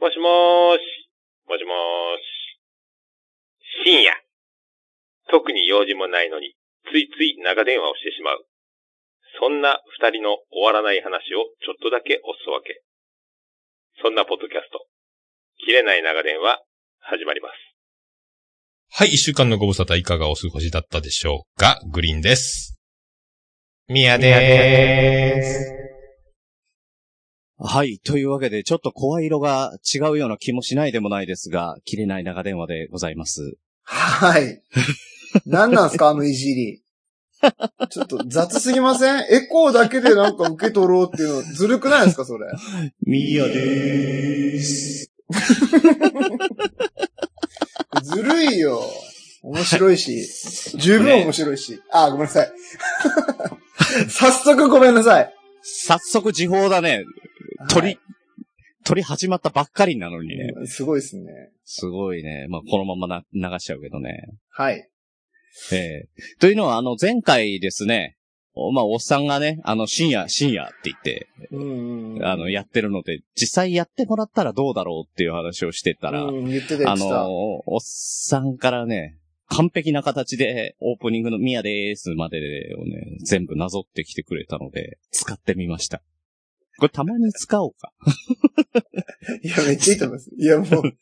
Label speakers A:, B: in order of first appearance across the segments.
A: もしもーし。もしもーし。深夜。特に用事もないのに、ついつい長電話をしてしまう。そんな二人の終わらない話をちょっとだけおすそ分け。そんなポッドキャスト、切れない長電話、始まります。
B: はい、一週間のご無沙汰いかがお過ごしだったでしょうかグリーンです。ミヤでーす。
C: はい。というわけで、ちょっと声色が違うような気もしないでもないですが、切れない長電話でございます。
D: はい。何なんすかあのいじり。ちょっと雑すぎませんエコーだけでなんか受け取ろうっていうの、ずるくないですかそれ。
C: ミヤでーす。
D: ずるいよ。面白いし、十分面白いし。あ、ごめんなさい。早速ごめんなさい。
C: 早速時報だね。鳥、
D: はい
C: 鳥始まったばっかりなのにね。
D: すごいですね。
C: すごいね。まあ、このままな流しちゃうけどね。
D: はい。
C: ええというのは、あの、前回ですね、おまあ、おっさんがね、あの、深夜、深夜って言って、
D: うんうん。
C: あの、やってるので、実際やってもらったらどうだろうっていう話をしてたら、
D: うん、言ってた言
C: あ
D: って
C: の
D: た。、
C: おっさんからね、完璧な形でオープニングのミヤでーすまでをね、全部なぞってきてくれたので、使ってみました。これたまに使おう か。
D: いや、めっちゃいいと思います。いや、もう、普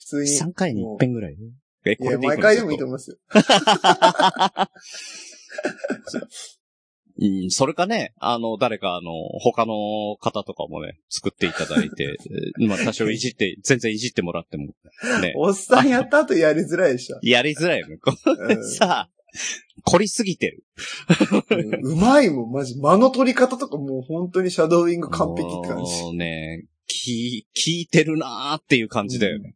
D: 通に。
C: 3回に1遍ぐらい。え、
D: いや、毎回でもいいと
C: 思
D: 思いますよ。
C: うん、それかね、あの、誰か、あの、他の方とかもね、作っていただいて、 えまあ、多少いじって、全然いじってもらっても、ね、
D: おっさんやった後やりづらいでしょ。
C: やりづらいよね。こ
D: う
C: れ
D: ん
C: さ、凝りすぎてる。
D: うんうまいもん、マジ。間の取り方とかもう本当にシャドーイング完璧って感
C: もうね、聞、聞いてるなーっていう感じだよね。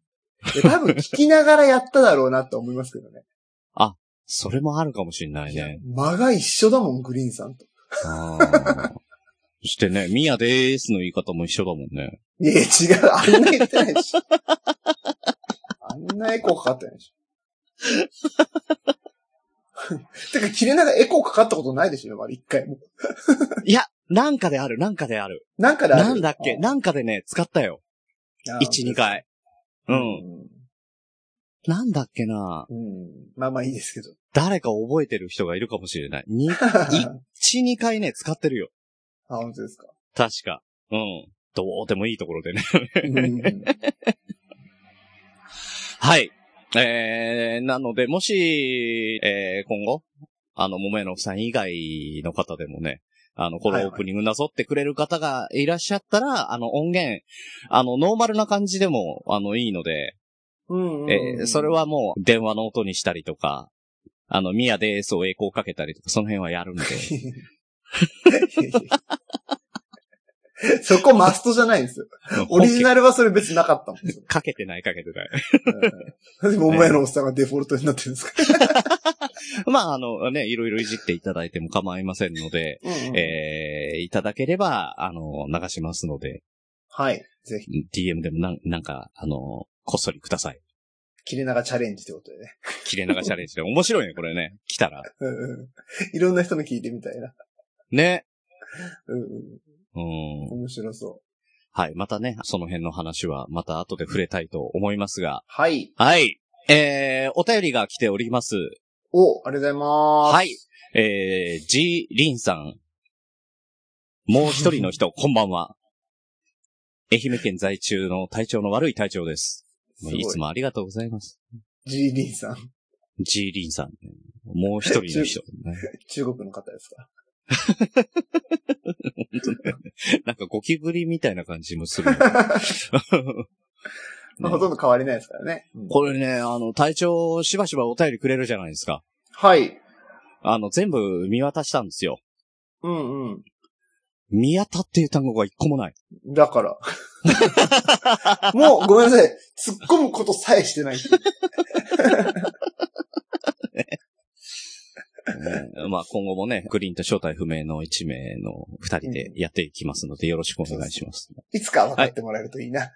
D: じ。多分聞きながらやっただろうなと思いますけどね。
C: それもあるかもしれないね。
D: 間が一緒だもん、グリーンさんと。
C: あーそしてね、ミヤでーすの言い方も一緒だもんね。
D: いや、違う。あんな言ってないでしょ。あんなエコーかかってないでしょ。てか、切れながらエコーかかったことないでしょ、今まで一回も。
C: いや、なんかである、なんかである。
D: なんかである
C: なんだっけ、なんかでね、使ったよ。
D: あー
C: 1、2回。う。
D: うんん。
C: なんだっけな
D: うん。まあまあいいですけど。
C: 誰か覚えてる人がいるかもしれない。に1、2回ね、使ってるよ。
D: あ、本当ですか。
C: 確か。うん。どうでもいいところでね。
D: うん
C: はい。えー、なので、もし、えー、今後、あの、桃屋のおさん以外の方でもね、あの、こ
D: はい
C: の
D: は
C: オー
D: い
C: プニングなぞってくれる方がいらっしゃったら、あの、音源、あの、ノーマルな感じでも、あの、いいので、
D: うんうん
C: えーそれ、はもう、電話の音にしたりとか、あの、ミヤでーすを栄光かけたりとか、その辺はやるんで。
D: そこマストじゃないんですよ。 オリジナルはそれ別になか ったもん。
C: かけてないかけてない。
D: うん、でもお前のおっさんがデフォルトになってるんですか、
C: まあ、あの、ね、いろいろいじっていただいても構いませんので、えー、いただければ、あの、流しますので、
D: はい。ぜひ、
C: DM でもなんなんか、あの、こっそりください。
D: 切れ長チャレンジってことでね。
C: 切れ長チャレンジで。 面白いね、これね。来たら。
D: うんうんいろんな人の聞いてみたいな。
C: ね。
D: うんうん
C: うん。
D: 面白そう。
C: はい。またね、その辺の話は、また後で触れたいと思いますが。
D: はい。
C: はい。えー、お便りが来ております。
D: お、ありがとうござ
C: はいい。えー、G リンさん。もう一人の 人、こんばんは。愛媛県在中の体調の悪い体調です。
D: ます。
C: いつ
D: も。
C: もありがとうございます。
D: ジーリンさん。
C: G リンさん。もう一 人の人。ね
D: 中国の方ですか
C: なんかゴキブリみたいな感じもす るよ。
D: まあ、
C: ね
D: ほとんど変わりないですからね。うん
C: これね、あの、体調しばしばお便りくれるじゃないですか。
D: はい。
C: あの、全部見渡したんですよ。
D: うんうん。
C: 見当たっていう単語が一個もない。
D: だから。 もう、ごめんなさい。突っ込むことさえしてない。
C: まあ、今後もね、グリーンと正体不明の1名の2人でやっていきますので、よろしくお願いします。
D: いつか分かってもらえるといいな。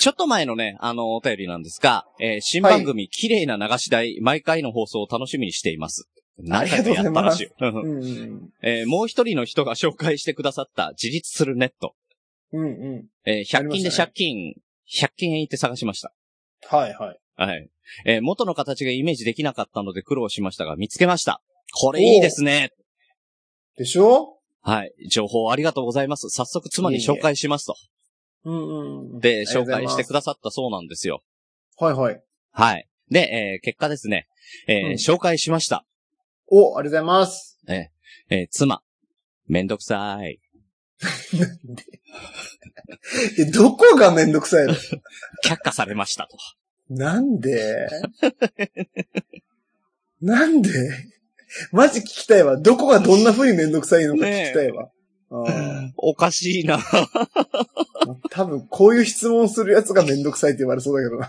C: ちょっと前のね、あの、お便りなんですが、えー新番組、綺麗な流し台、毎回の放送を楽しみにしています。何回かやったらしいよ。
D: うんうん
C: えーもう一人の人が紹介してくださった自立するネット。
D: うんう
C: えー
D: あ
C: 100
D: りま
C: 均
D: し
C: で
D: たね
C: 借金、100均へ行って探しました。
D: ん。はいはい。
C: はい。えー元の形がイメージできなかったので苦労しましたが、見つけました。これいいですね。
D: でしょ
C: はい。情報ありがとうございます。早速妻に紹介しますと。
D: うんうんうん。
C: で、
D: ありがとう
C: 紹
D: ござ
C: 介
D: いま
C: し
D: す
C: てくださったそうなんですよ。
D: はいはい。
C: はい。で、えー結果ですね、えー
D: うん
C: 紹介しました。
D: お、ありがとうございます。
C: えー妻。めんどくさい。
D: え、どこがめんどくさいの
C: 却下されましたと。
D: なん でなんでマジ聞きたいわ。どこがどんな風にめんどくさいのか聞きたいわ。 あ
C: おかしいな。
D: ー多分、こういう質問するやつがめんどくさいって言われそうだけど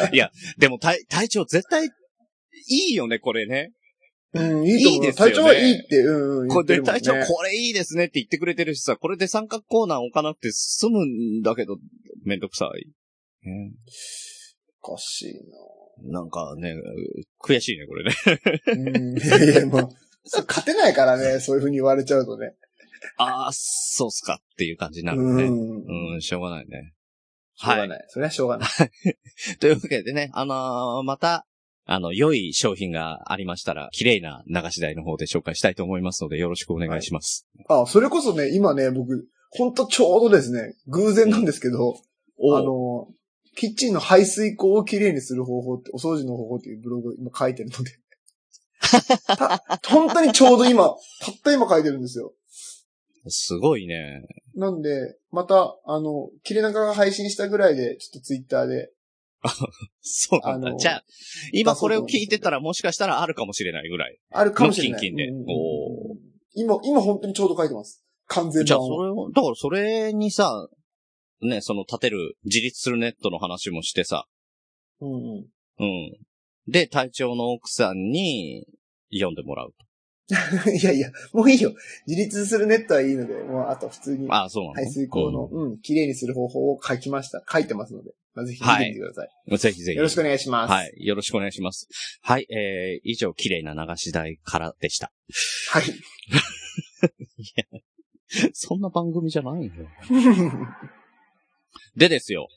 D: な。
C: いや、でも体、体調絶対、いいよね、これね。
D: うん、いいと
C: い
D: 思う。
C: いですよね
D: 体調はいいって、うん、うん。
C: これで
D: 言って
C: 体
D: る
C: 調
D: もんね
C: これいいですねって言ってくれてるしさ、これで三角コーナー置かなくて済むんだけど、めんどくさい。ね
D: おかしい
C: なんかね、悔しいね、これね。
D: な。うん。いやいや、もう、それ勝てないからね、 そういう風に言われちゃうとね。
C: ああ、そうっすかっていう感じになる
D: う
C: ね。
D: ん。
C: うん、しょうがないね。
D: しょう
C: は
D: が
C: い。
D: ない。それはしょうがない。
C: というわけでね、あのーまた、あの、良い商品がありましたら、綺麗な流し台の方で紹介したいと思いますので、よろしくお願いします。
D: あ、それこそね、今ね、僕、ほんとちょうどですね、偶然なんですけど、あ
C: おう
D: の、キッチンの排水口をきれいにする方法って、お掃除の方法っていうブログを今書いて るので。た本当にちょうど今、たった今書いてるんですよ。
C: すごいね。
D: なんで、また、あの、切れ長が配信したぐらいで、ちょっとツイッターで。
C: そうなんだ。
D: あのー
C: じゃあ、今これを聞いてたらもしかしたらあるかもしれないぐらい。
D: あるかもしれない。
C: キンキンで
D: うんうんうん
C: お
D: 今、今本当にちょうど書いてます。完全
C: じゃあ
D: 版
C: そ
D: を。
C: れを、だからそれにさ、ね、その立てる、自立するネットの話もしてさ、
D: うんうん、
C: うん。で、隊長の奥さんに読んでもらう。
D: いやいや、もういいよ。自立するネットはいいので、もうあと普通に
C: ああ、そうなの
D: 排水口の、うん、綺麗にする方法を書きました。書いてますので、まあぜひ見てみてください,、
C: うんぜひぜひ。
D: よろしくお願いします。
C: はい。よろしくお願いします。はい。えー、以上、綺麗な流し台からで した。
D: はい。
C: そんな番組じゃないよ。でですよ。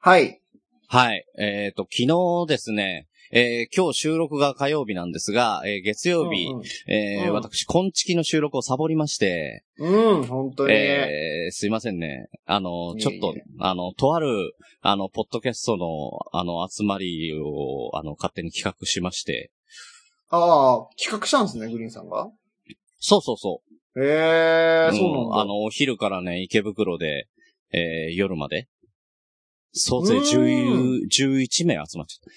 D: はい。
C: はい。えっ、と、昨日ですね、えー今日収録が火曜日なんですが、えー月曜日、
D: うん
C: えー
D: うん
C: 私、今月の収録をサボりまして、
D: うん、うん、本当にね。
C: えーすいませんね。あの、
D: いえいえ
C: ちょっと、あの、とある、あの、ポッドキャストの、あの、集まりを、あの、勝手に企画しまして、
D: ああ、企画したんですね、グリーンさんが。
C: そうそうそう。
D: ええ
C: うん
D: そうなんだ。
C: あの、お昼からね、池袋で、えー夜まで、総勢10 11名集まっちゃっ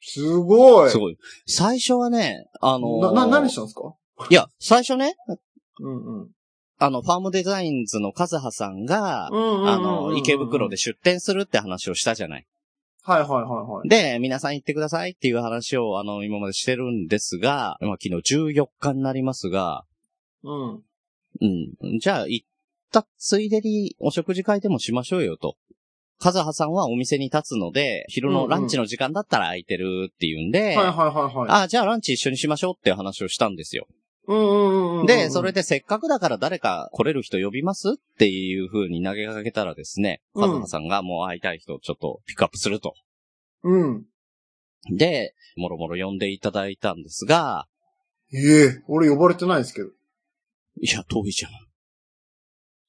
D: すご
C: た。
D: い。
C: すごい。最初はね、あのー
D: な、な、何したんですか
C: いや、最初ね、
D: うんうん。
C: あの、ファームデザインズのカズハさんが、
D: うんうんうんうん
C: あの、池袋で。出店するって話をしたじゃない。
D: はいはいはいはい。
C: で、皆さん行ってくださいっていう話を、あの、今までしてるんですが、まあ、昨日14日になりますが、
D: うん。
C: うん。じゃあ、行ったついでにお食事会でもしましょうよと。カズハさんはお店に立つので、昼のランチの時間だったら空いてるっていうんで、
D: はいはいはいはい。
C: あ、じゃあランチ一緒にしましょうっていう話をしたんですよ。
D: うんうんうんうん。
C: で、それでせっかくだから誰か来れる人呼びますっていう風に投げかけたらですね、
D: うん
C: カズハさんがもう会いたい人をちょっとピックアップすると。
D: うん。
C: で、もろもろ呼んでいただいたんですが、
D: ええ、俺呼ばれてないですけど。
C: いや、遠いじゃん。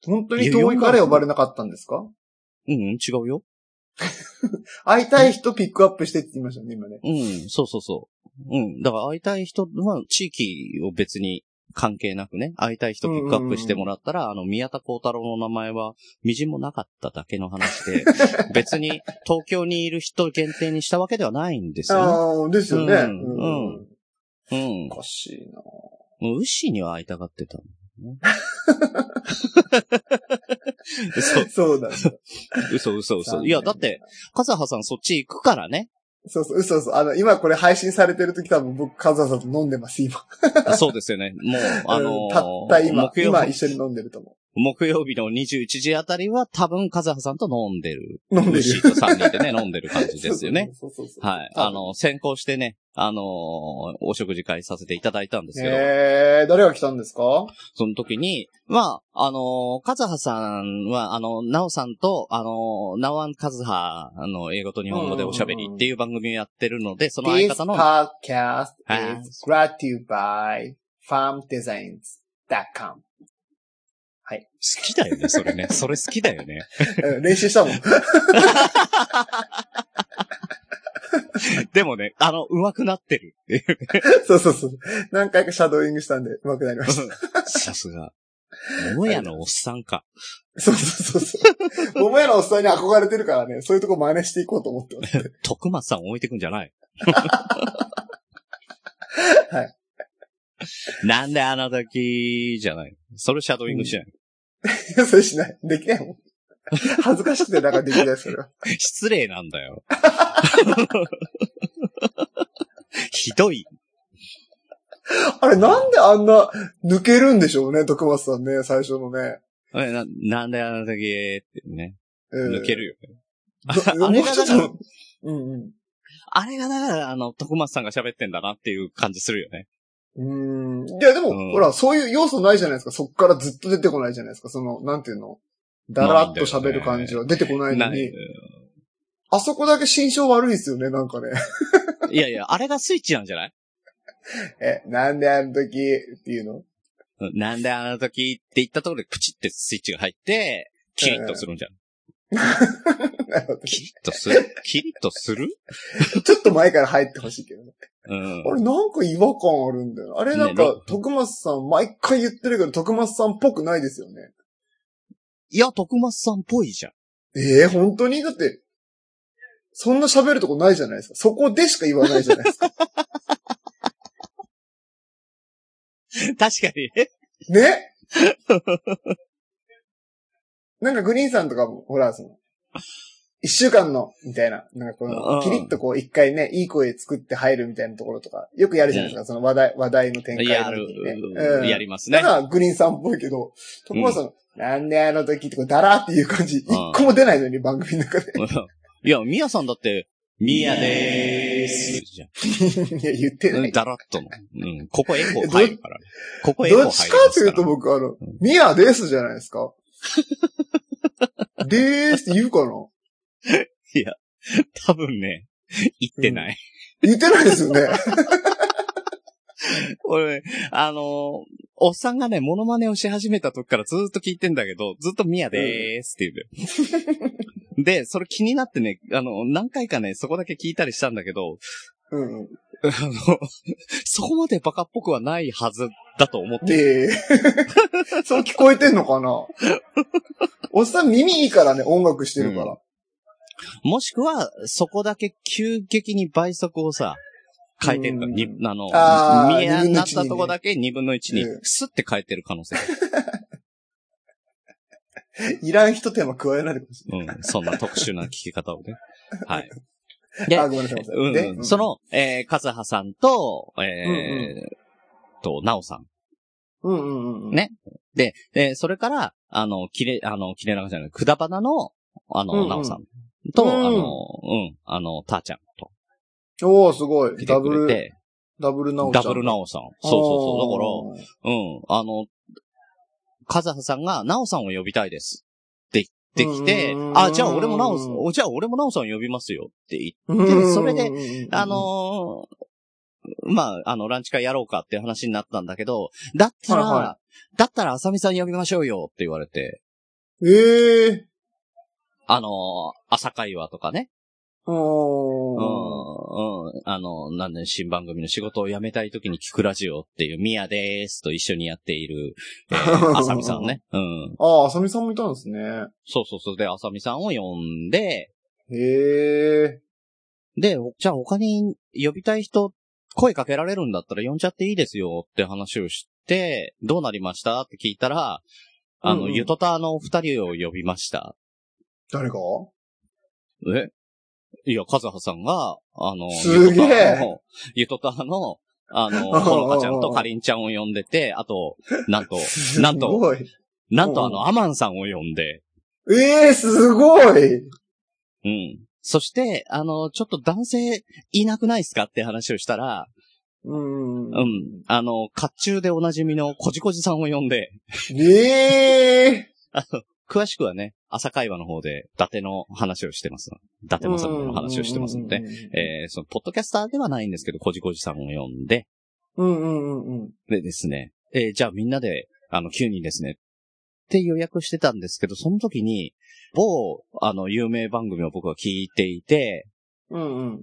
D: 本当に遠いから呼ばれなかったんですか
C: うん、うん、違うよ。
D: 会いたい人ピックアップしてって言いましたね、今ね。
C: うん、そうそうそう。うん、だから会いたい人は地域を別に関係なくね、会いたい人ピックアップしてもらったら、あの、宮田幸太郎の名前は、みじんもなかっただけの話 で、別に東京にいる人限定にしたわけではないんですよ
D: ああ、ですよね。
C: うん
D: う
C: うん
D: ん。
C: ね。
D: おかしいな。
C: うん。ウッシーには会いたがってたのね。嘘、
D: そうなんだ。
C: 嘘、嘘、
D: 残
C: 嘘。い
D: 念
C: や、だって、。カズハさんそっち行くからね。
D: そうそう、嘘そう。あの、今これ配信されてる時多分僕、カズハさんと飲んでます、今。
C: あそうですよね。もう、あの
D: うん
C: ー
D: たった今、
C: 木曜
D: 今
C: 日
D: 一緒に飲んでると思
C: 木曜日の21時あたりは多分、カズハさんと飲んでる。
D: 飲んでる
C: シート3人でね、飲んでる感じですよね。。
D: そうそうそう。
C: はい。あの、先行してね、あのーお食事会させていただいたんですけど、
D: えー、誰が来たんですか
C: その時に、まあ、あのー、カズハさんは、あの、ナオさんと、あのー、ナワンカズハの英語と日本語でおしゃべりっていう番組をやってるので、その相
D: This
C: 方の、
D: podcast
C: はい
D: is brought to you by farmdesigns.com.
C: 好きだよね、そ れね。それ好きだよね。
D: うん練習したもん。
C: でもね、あの、上手くなってる。
D: そうそうそう。何回かシャドーイングしたんで、上手くな りました。
C: さすが。桃屋のおっさんか。
D: そうそうそうそう。桃屋のおっさんに憧れてるからね、そういうとこ真似していこうと思ってます。
C: 徳松さん置いてくんじゃない
D: は
C: なんであの時じゃないそれシャドーイングしない、
D: い や。それしない。できないもん。恥ずかしくてなんかできないですから。
C: 失礼なんだ よ。ひどい。
D: あれなんであんな抜けるんでしょうね、徳松さんね、最初のね。
C: えななんであの時ってね。
D: うん
C: 抜けるよね。あ
D: ど
C: れがだから
D: もうちょっとうんうん。
C: あれがだから、あの、徳松さんが喋ってんだなっていう感じするよね。
D: うーん。いや、でも、
C: うん
D: ほら、そういう要素ないじゃないですか。そっからずっと出てこないじゃないですか。その、なんていうの。だらっと喋る感じは出てこないの
C: ない
D: に。あそこだけ心象悪いですよね、なんかね。
C: いやいや、あれがスイッチなんじゃない
D: え、なんであの時っていうの
C: なんであの時って言ったところでプチってスイッチが入って、キリッとするんじゃん。
D: なるほど
C: キリッとするキリッとする
D: ちょっと前から入ってほしいけどね。
C: うん。
D: あれ、なんか違和感あるんだよ。あれなんか
C: ねね、
D: 徳松さん、毎回言ってるけど、徳松さんっぽくないですよね。
C: いや、徳松さんっぽいじゃん。
D: ええ本当にだって、そんな喋るとこないじゃないですか。そこでしか言わないじゃないですか。
C: 確かにね。
D: ね なんかグリーンさんとかも、ほら、その、一週間の、みたいな、なんかこ
C: うん
D: の、キリッとこう一回ね、いい声作って入るみたいなところとか、よくやるじゃないですか、その話題、話題の展開
C: や
D: の
C: る
D: 時にね。、うん
C: やります
D: だ
C: ね
D: か。ら、グリーンさんっぽいけど、徳間さん、なんであの時ってこう、だらーっていう感じ、一個も出ないのに、番組の中で。
C: いや、みやさんだって、みやでーす。じゃん
D: いや、言ってない。
C: だらっとの。うん。ここエコー入るから。ここエコー入
D: ど
C: る
D: っちかというと僕、あの、ミアですじゃないで すか。でーすって言うかな
C: 多分ね、言ってない。
D: 言ってないですよね。
C: 俺、あのーおっさんがね、モノマネをし始めた時からずーっと聞いてんだけど、ずっとミヤでーすって言うんだよ。で、それ気になってね、あの、何回かね、そこだけ聞いたりしたんだけど、
D: うん。
C: あの、 そこまでバカっぽくはないはずだと思ってる。
D: で ーそう聞こえてんのかなおっさん耳いいからね、音楽してるから。
C: もしくは、そこだけ急激に倍速をさ、変えてるから、
D: うん
C: にあの、
D: あー
C: 見え
D: 二分の
C: なっ
D: 一に
C: た
D: ね
C: とこだけ2分の1に
D: うん、
C: スッて変えてる可能性。
D: いらん一手間加えないでくださ
C: うん、そんな特殊な聞き方をね。はい。
D: い。
C: で
D: あ、ごめんなさい。
C: うん
D: で
C: うん、そ、の、えー、カズハさんと、えー
D: うん
C: と、ナオさん。
D: うんうんうんうん。
C: ねで、えーそれから、あの、キレ、あの、キレ長じゃない、くだばなの、あ
D: うんう
C: の、
D: ん
C: ナオさんと、
D: うん
C: あの、うん、あの、たーちゃんと
D: おー、すごい。
C: 来
D: ダ
C: て
D: ブ
C: くれ
D: ル、
C: て、
D: ダブル直し
C: ダブルナオさん。そうそうそう。
D: う。だか
C: だから、うん、あの、カズハさんがナオさんを呼びたいです。って言ってきて
D: うん、
C: あ、じゃあ俺もナオ、おじゃあ俺もナオさん呼びますよって言ってでそれで
D: で
C: あ、のーまあ、あの、ランチ会やろうかっていう話になったんだけど、だったら、
D: はいは
C: だったら、あさみさん呼びましょうよって言われて、
D: ええ
C: あのー朝会話とかね、
D: ー。
C: うん、
D: おー
C: うん、あの、なんで、新番組の仕事を辞めたい時に聞くラジオっていう、ミヤでーすと一緒にやっている、えーあさみさんね。うん。
D: ああ、あさみさんもいたんですね。
C: そうそうそう。で、あさみさんを呼んで、
D: へえ。
C: で、じゃあ他に呼びたい人、声かけられるんだったら呼んじゃっていいですよって話をして、どうなりましたって聞いたら、あの、
D: うんうん
C: ゆとたのお二人を呼びました。
D: 誰が
C: えいや、カズハさんが、あの、
D: すげえ
C: ゆとたの、あの、
D: うんうんうん
C: ほのかちゃんとかりんちゃんを呼んでて、あと、なんと、なんと
D: すごい。
C: なんとあ
D: う
C: の、アマンさんを呼んで、
D: ええすごい
C: うん。そして、あの、ちょっと男性いなくないですかって話をしたら、
D: うん。
C: うん。あの、甲冑でおなじみのこじこじさんを呼んで、
D: ええ
C: 詳しくはね、朝会話の方で、伊達の話をしてます。伊達
D: ー。
C: 政宗の話をしてますので、えー、その、ポッドキャスターではないんですけど、こじこじさんを呼んで、
D: うんうんうんうん。
C: でですね、えーじゃあみんなで、あの、9人ですね。って予約してたんですけど、その時に、某、あの、有名番組を僕は聞いていて、
D: うんうんうんうん。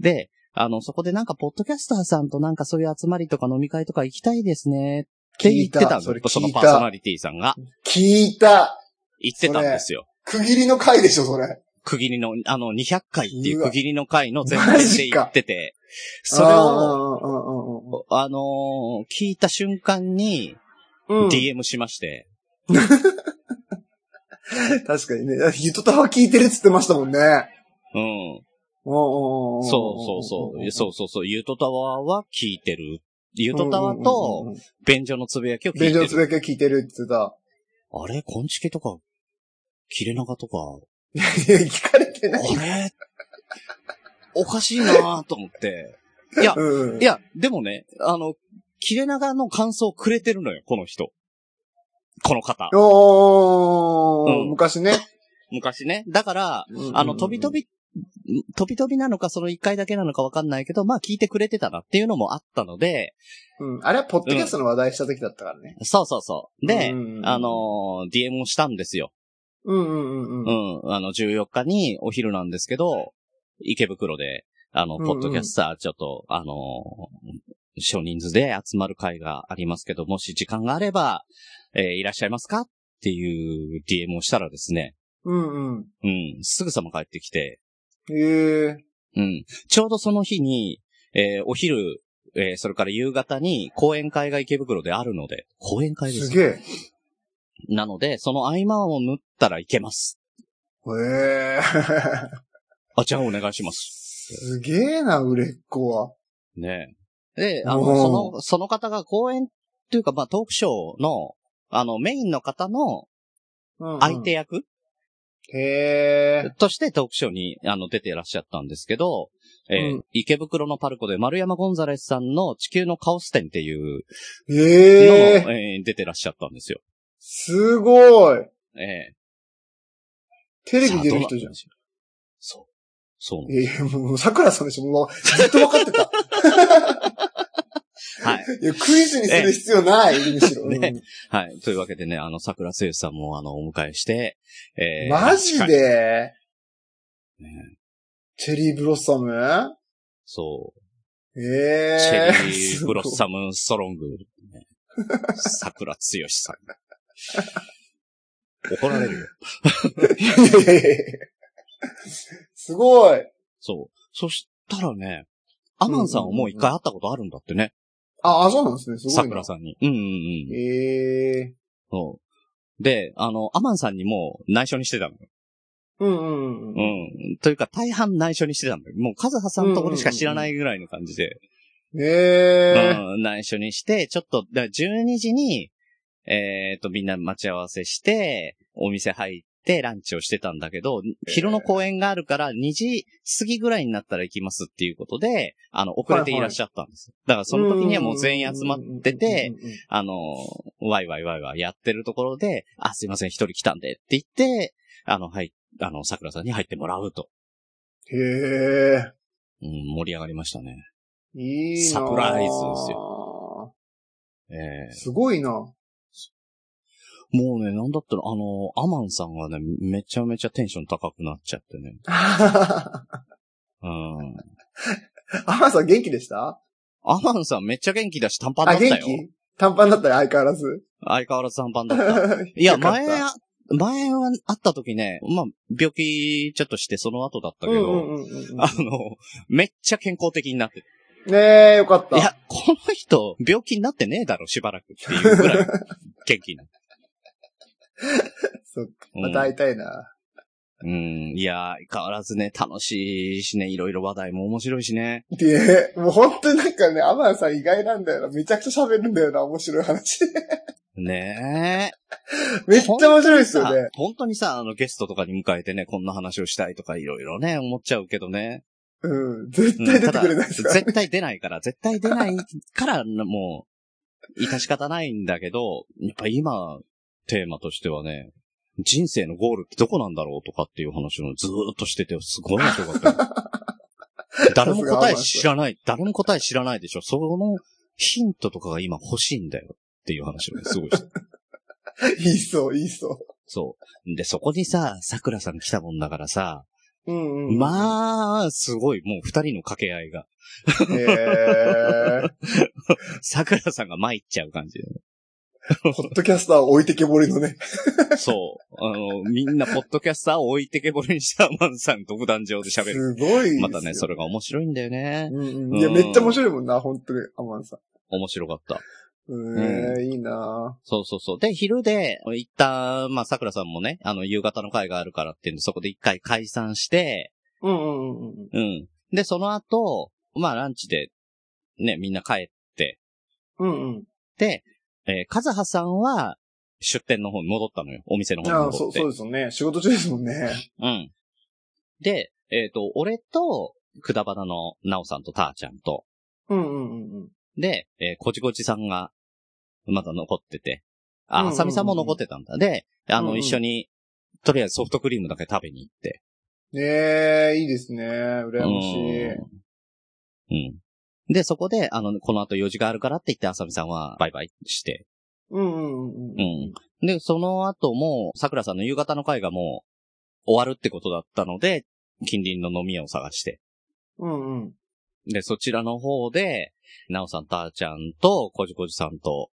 C: で、あの、そこでなんか、ポッドキャスターさんとなんかそういう集まりとか飲み会とか行きたいですね、って言ってたんです
D: それ
C: よ。そ
D: 聞
C: の
D: い
C: パーソナ
D: た。
C: リティさんが
D: 聞いた。
C: 言ってたんですよ。
D: 区切りの回でしょ、それ。
C: 区切りの、あの、200回っていう
D: うわ
C: 区切りの回の前
D: マ
C: 編で
D: ジか
C: 言ってて、それを、
D: を、
C: あのー聞いた瞬間に、
D: うん
C: DM しまして、
D: 確かにね。ゆとたは聞いてるっつってましたもんね。
C: うん、
D: そ
C: そうそうそう。そうそうそう。ゆとたわは聞いてる。ゆとたわ
D: うんうん
C: と、
D: うんうん、
C: 便所のつぶやきを聞いて
D: 便所の
C: る。
D: つぶやきは聞いてるって言ってた。
C: あれこんちきとか、切れ長とか、
D: いや、聞かれてない。
C: あれおかしいなぁと思って。いや、
D: うん
C: い、や、でもね、あの、切れ長の感想をくれてるのよ、この人。この方。
D: おー、
C: うん
D: 昔ね。
C: 昔ね。だから、あの、飛び飛
D: び。
C: び、飛び飛びなのか、その一回だけなのかわかんないけど、まあ聞いてくれてたなっていうのもあったので、
D: うん。あれはポッドキャストの話題した時だったからね。
C: そうそうそう。で、
D: うん
C: あ、のー、DM をしたんですよ。
D: うんうんうん
C: う
D: うん。
C: ん。あの、14日にお昼なんですけど、池袋で、あの、
D: うんうん
C: ポッドキャスター、ちょっと、あのー、少人数で集まる会がありますけど、もし時間があれば、えーいらっしゃいますかっていう DM をしたらですね、
D: うん
C: う
D: うん。
C: ん、すぐさま帰ってきて、
D: へえ。
C: うん、ちょうどその日に、えーお昼、えーそれから夕方に講演会が池袋であるので、講演会ですす
D: げえ。
C: なので、その合間を縫ったらいけます。
D: へえ。
C: あ、じゃあお願いします。
D: すげえな、売れっ子は。
C: ねえ。で、あ
D: お
C: の、
D: ー
C: その、その方が講演というか、まあ、トークショーの、あの、メインの方の
D: うんうん
C: 相手。役
D: へえ。
C: としてトークショーに、あの、出ていらっしゃったんですけど、えー
D: うん
C: 池袋のパルコで丸山ゴンザレスさんの地球のカオス展っていうのも、
D: へえ。
C: えー出てらっしゃったんですよ。
D: すごい。
C: え
D: テ
C: え
D: レビ出る人じゃん。
C: そう。そうなん
D: いやいや、もう、桜さんでしょ、もう、ずっと分 かってた。
C: はい。
D: いや、クイズにする必要ない、むしろ。
C: ねはい。というわけでね、あの、桜剛さんも、あの、お迎えして、
D: う
C: え
D: ん
C: ー
D: マジ
C: 司会
D: で
C: ね
D: チェリーブロッサム
C: そう。
D: ええ
C: チェ
D: ー。
C: リーブロッサムストロング。桜剛さん。怒られるよ。
D: ム。いやいやいやすごい。
C: そう。そしたらね、アマンさんはもう一回会ったことあるんだってね。
D: あ、あ、そうなんですね。すごいな。
C: 桜さんに。うんうんうん。
D: ええ
C: そう。で、あの、アマンさんにもう内緒にしてたのよ。
D: ー。うんうん
C: う
D: うん。
C: ん。というか、大半内緒にしてたんだよ。もう、カズハさんのところしか知らないぐらいの感じで。
D: ええ
C: うん、内緒にして、ちょっと、だから12時に、えっ、と、みんな待ち合わせして、お店入ってランチをしてたんだけど、昼の公演があるから2時過ぎぐらいになったら行きますっていうことで、あの、遅れていらっしゃったんです。だからその時にはもう全員集まってて、、あの、ワイワイワイワイやってるところで、あ、すいません、一人来たんでって言って、あの、はい、あの、桜さんに入ってもらうと。
D: へえ
C: うん、盛り上がりましたね。
D: ー。いいな
C: サプライズです
D: よ。
C: ええ
D: すごいな。
C: もうね、なんだったら、あの、アマンさんがね、めちゃめちゃテンション高くなっちゃってね。うん。
D: アマンさん元気でした
C: アマンさんめっちゃ元気だし、短パンだ
D: あ、
C: った
D: 元
C: よ。
D: 気短パンだったら相変わらず。
C: 相変わらず短パンだ った。いや、
D: よかっ
C: 前
D: た、
C: 前は会った時ね、まあ、病気ちょっとしてその後だったけど、
D: うんうんうんうん
C: あの、めっちゃ健康的になってて
D: ねえ、よかった。
C: いや、この人、病気になってねえだろ、しばらくっていうぐら い、元気になって。
D: そっか。
C: うん
D: また会いたいな。
C: うん、いや、相変わらずね、楽しいしね、いろいろ話題も面白いしね。
D: で、もう本当になんかね、ア マンさん意外なんだよな。めちゃくちゃ喋るんだよな、面白い話。
C: ねえ。
D: めっちゃ面白いですよね。
C: 本当にさ、あのゲストとかに迎えてね、こんな話をしたいとかいろいろね、思っちゃうけどね。
D: うん。絶対出てくれないですから。
C: うんただ絶対出ないから、絶対出ないから、もう、致し方ないんだけど、やっぱ今、テーマとしてはね、人生のゴールってどこなんだろうとかっていう話をずーっとしてて、すごい面白かったよ。 誰も答え知らない、誰も答え知らないでしょ。そのヒントとかが今欲しいんだよっていう話をね、すごいして。
D: 言 いそう、言いそ
C: そう。で、そこにさ、桜さん来たもんだからさ、
D: う。うんうん。あ。
C: まあ、すごい、もう二人の掛け合いが。
D: へー
C: 桜さんが参っちゃう感じ
D: ポッドキャスター置いてけぼりのね。
C: で。そう。あの、みんなポッドキャスターを置いてけぼりにしたマンさん独壇場で喋る。
D: すごいですよ。
C: またね、それが面白いんだよね。
D: うんうん。いや、めっちゃ面白いもんな、本当に、アマンさん。
C: 面白かった。
D: うん、いいな
C: そうそうそう。で、昼で、一旦、まあ、桜さんもね、あの、夕方の会があるからっていうんで、そこで一回解散して、
D: うんうんうんうん。
C: うん。で、その後、まあ、ランチで、ね、みんな帰っ
D: うんうん。
C: て、えー、カズハさんは、出店の方に戻ったのよ。お店の方に戻っ
D: ああ、
C: て。
D: そう、そうですよね。仕事中ですもんね。
C: うん。で、えっ、と、俺と、くだばなのなおさんとたーちゃんと、
D: うんうんうんうん。
C: で、えーこちこちさんが、まだ残ってて、
D: うん
C: あ、
D: うんうん
C: あさみさんも残ってたんだ。で、あの、
D: うんうん
C: 一緒に、とりあえずソフトクリームだけ食べに行って。
D: ねえ、いいですね。羨ましい。
C: うん。うん。で、そこで、あの、この後用事があるからって言って、あさみさんはバイバイして。
D: うんうんうんうん。
C: うん。で、その後も、さくらさんの夕方の会がもう、終わるってことだったので、近隣の飲み屋を探して。
D: うんうん。
C: で、そちらの方で、なおさん、たーちゃんと、こじこじさんと、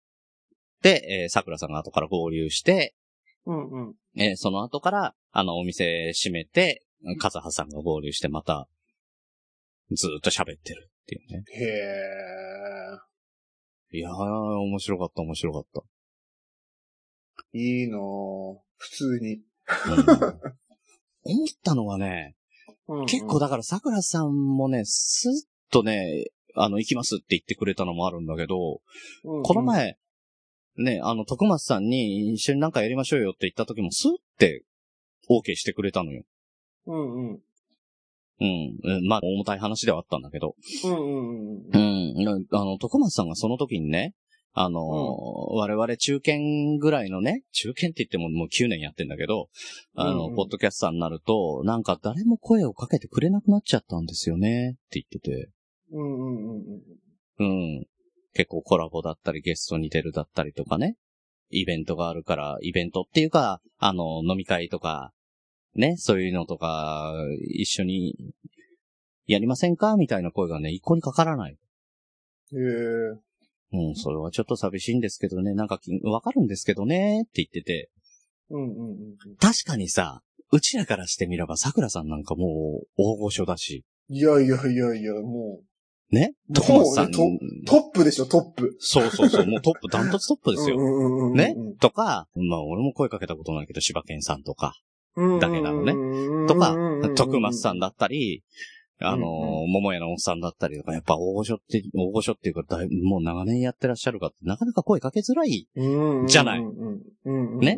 C: で、えー、さくらさんが後から合流して、
D: うんうん。
C: えーその後から、あの、お店閉めて、かずはさんが合流して、また、ずーっと喋ってるっていうね。
D: へえ。
C: いやー、面白かった、面白かっ
D: いいなぁ普通に。
C: た。うん思ったのはね、
D: うんうん
C: 結構だからさくらさんもね、スッとね、あの、行きますって言ってくれたのもあるんだけど、
D: うんうん
C: この。前、ね、あの、徳松さんに一緒になんかやりましょうよって言った時も、スッて、OK してくれたのよ。
D: うんうん。
C: うん。うんまあ、重たい話ではあったんだけど。
D: うんうんうん。
C: うん。あの、徳松さんがその時にね、あのー、我々中堅ぐらいのね、中堅って言ってももう9年やってんだけど、あの、
D: うんうん
C: ポッドキャスターになると、なんか誰も声をかけてくれなくなっちゃったんですよね、って言ってて。
D: うんうんうんうん。
C: うん。結構コラボだったり、ゲストに出るだったりとかね。イベントがあるから、イベントっていうか、あの、飲み会とか、ね、そういうのとか、一緒に、やりませんかみたいな声がね、一向にかからない。
D: へえ。
C: うん、それはちょっと寂しいんですけどね、なんかき、わかるんですけどね、って言ってて。
D: うんうんうん。
C: 確かにさ、うちらからしてみれば、桜さんなんかもう、大御所だし、
D: いやいやいやいや、も
C: ね
D: う、
C: 徳松さん、
D: もうねトトップでしょ、トップ。
C: そうそうそう、もうトップ、ダントツトップですよ。
D: うんうんうんうん
C: ね、とか、まあ俺も声かけたことないけど、柴犬さんとか、だけなのね
D: ね
C: とか、徳松さんだったり、あのー
D: うん、
C: 桃屋のおっさんだったりとか、やっぱ大御所って、大御所っていうか、だいもう長年やってらっしゃる方って、なかなか声かけづらい。じゃないね
D: ね。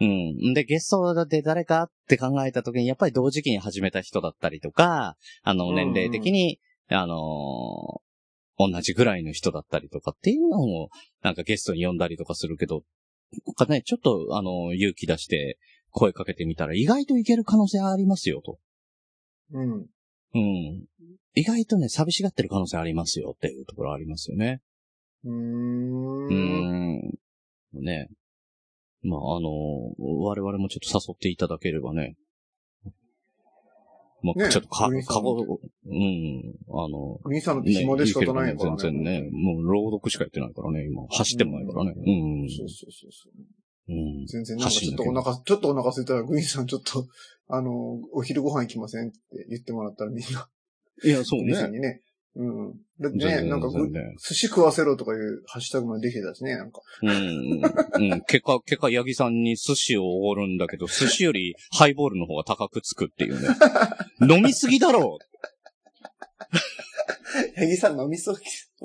C: うん。んで、ゲストで誰かって考えた時に、やっぱり同時期に始めた人だったりとか、あの、年齢的に、あのー同じぐらいの人だったりとかっていうのを、なんかゲストに呼んだりとかするけど、なんかね、ちょっと、あの、勇気出して声かけてみたら、意外といける可能性ありますよ、と。
D: うん。
C: うん。意外とね、寂しがってる可能性ありますよっていうところありますよね。
D: うー。
C: うんん。ね。まあ、あの、我々もちょっと誘っていただければね。まあ、
D: ね
C: ちょっとか、
D: グリーンさ
C: か
D: んも
C: ご、うん、あの、
D: グリーンさんの
C: ね
D: 紐で仕方ない
C: いいけ
D: か
C: ど
D: ら
C: ね全
D: ね。
C: 然ね、もう朗読しかやってないからね、今。走ってもないからね。う
D: うんん。。そうそうそうそう。
C: うん。
D: 全然なんかちょっとお腹、ちょっとお腹空いたらグリーンさんちょっと、あの、お昼ご飯行きませんって言ってもらったらみんな、
C: いや、そう
D: グリーンさん
C: ね。
D: にね。うん。だっ
C: 全
D: てね、
C: 然
D: なんかぐ
C: 全然
D: 寿司食わせろとかいうハッシュタグまでできてたしね、 なんか。
C: うん。うん。結果、結果、八木さんに寿司をおごるんだけど、寿司よりハイボールの方が高くつくっていうね。飲みすぎだろ
D: ヤギさん飲みそう、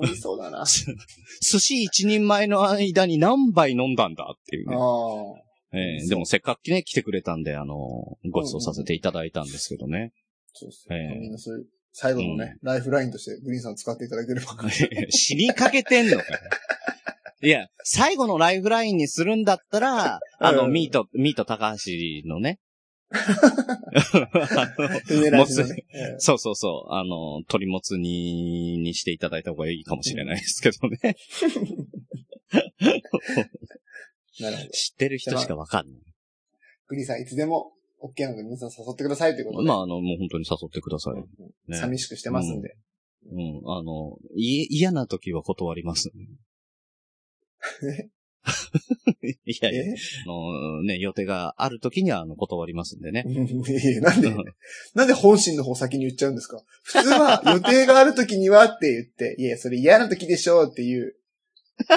D: 飲み そう だな。あ
C: 寿司一人前の間に何杯飲んだんだっていう
D: あ
C: ね。。ええでもせっかくね、来てくれたんで、あの、ご馳走させていただいたんですけどね。
D: そうです
C: ええ
D: ね。みんなそういう、最後のね、ライフラインとしてグリーンさん使っていただけれ ば。
C: 死にかけてんのかよいや、最後のライフラインにするんだったら、あの、
D: うん
C: ミート、ミート高橋の ね。あの
D: 狙い
C: も
D: す
C: つ
D: ぎね。ええ
C: そうそうそう。あの、鶏もつ煮にしていただいた方がいいかもしれないですけどね。
D: なるほど。
C: 知ってる人しかわかんない。
D: グリーンさんいつでも OK なので皆さん誘ってくださいということで。
C: まあ、あの、もう本当に誘ってください。ね、
D: 寂しくしてますんで。
C: うん、あの、い、嫌な時は断ります、 ね。いやいや、
D: え
C: あの、ね、予定がある時には、あの、断りますんでね。
D: いやいやなん
C: う
D: で
C: ん、
D: なんで本心の方先に言っちゃうんですか普通は予定がある時にはって言って、いや、それ嫌な時でしょうっていう、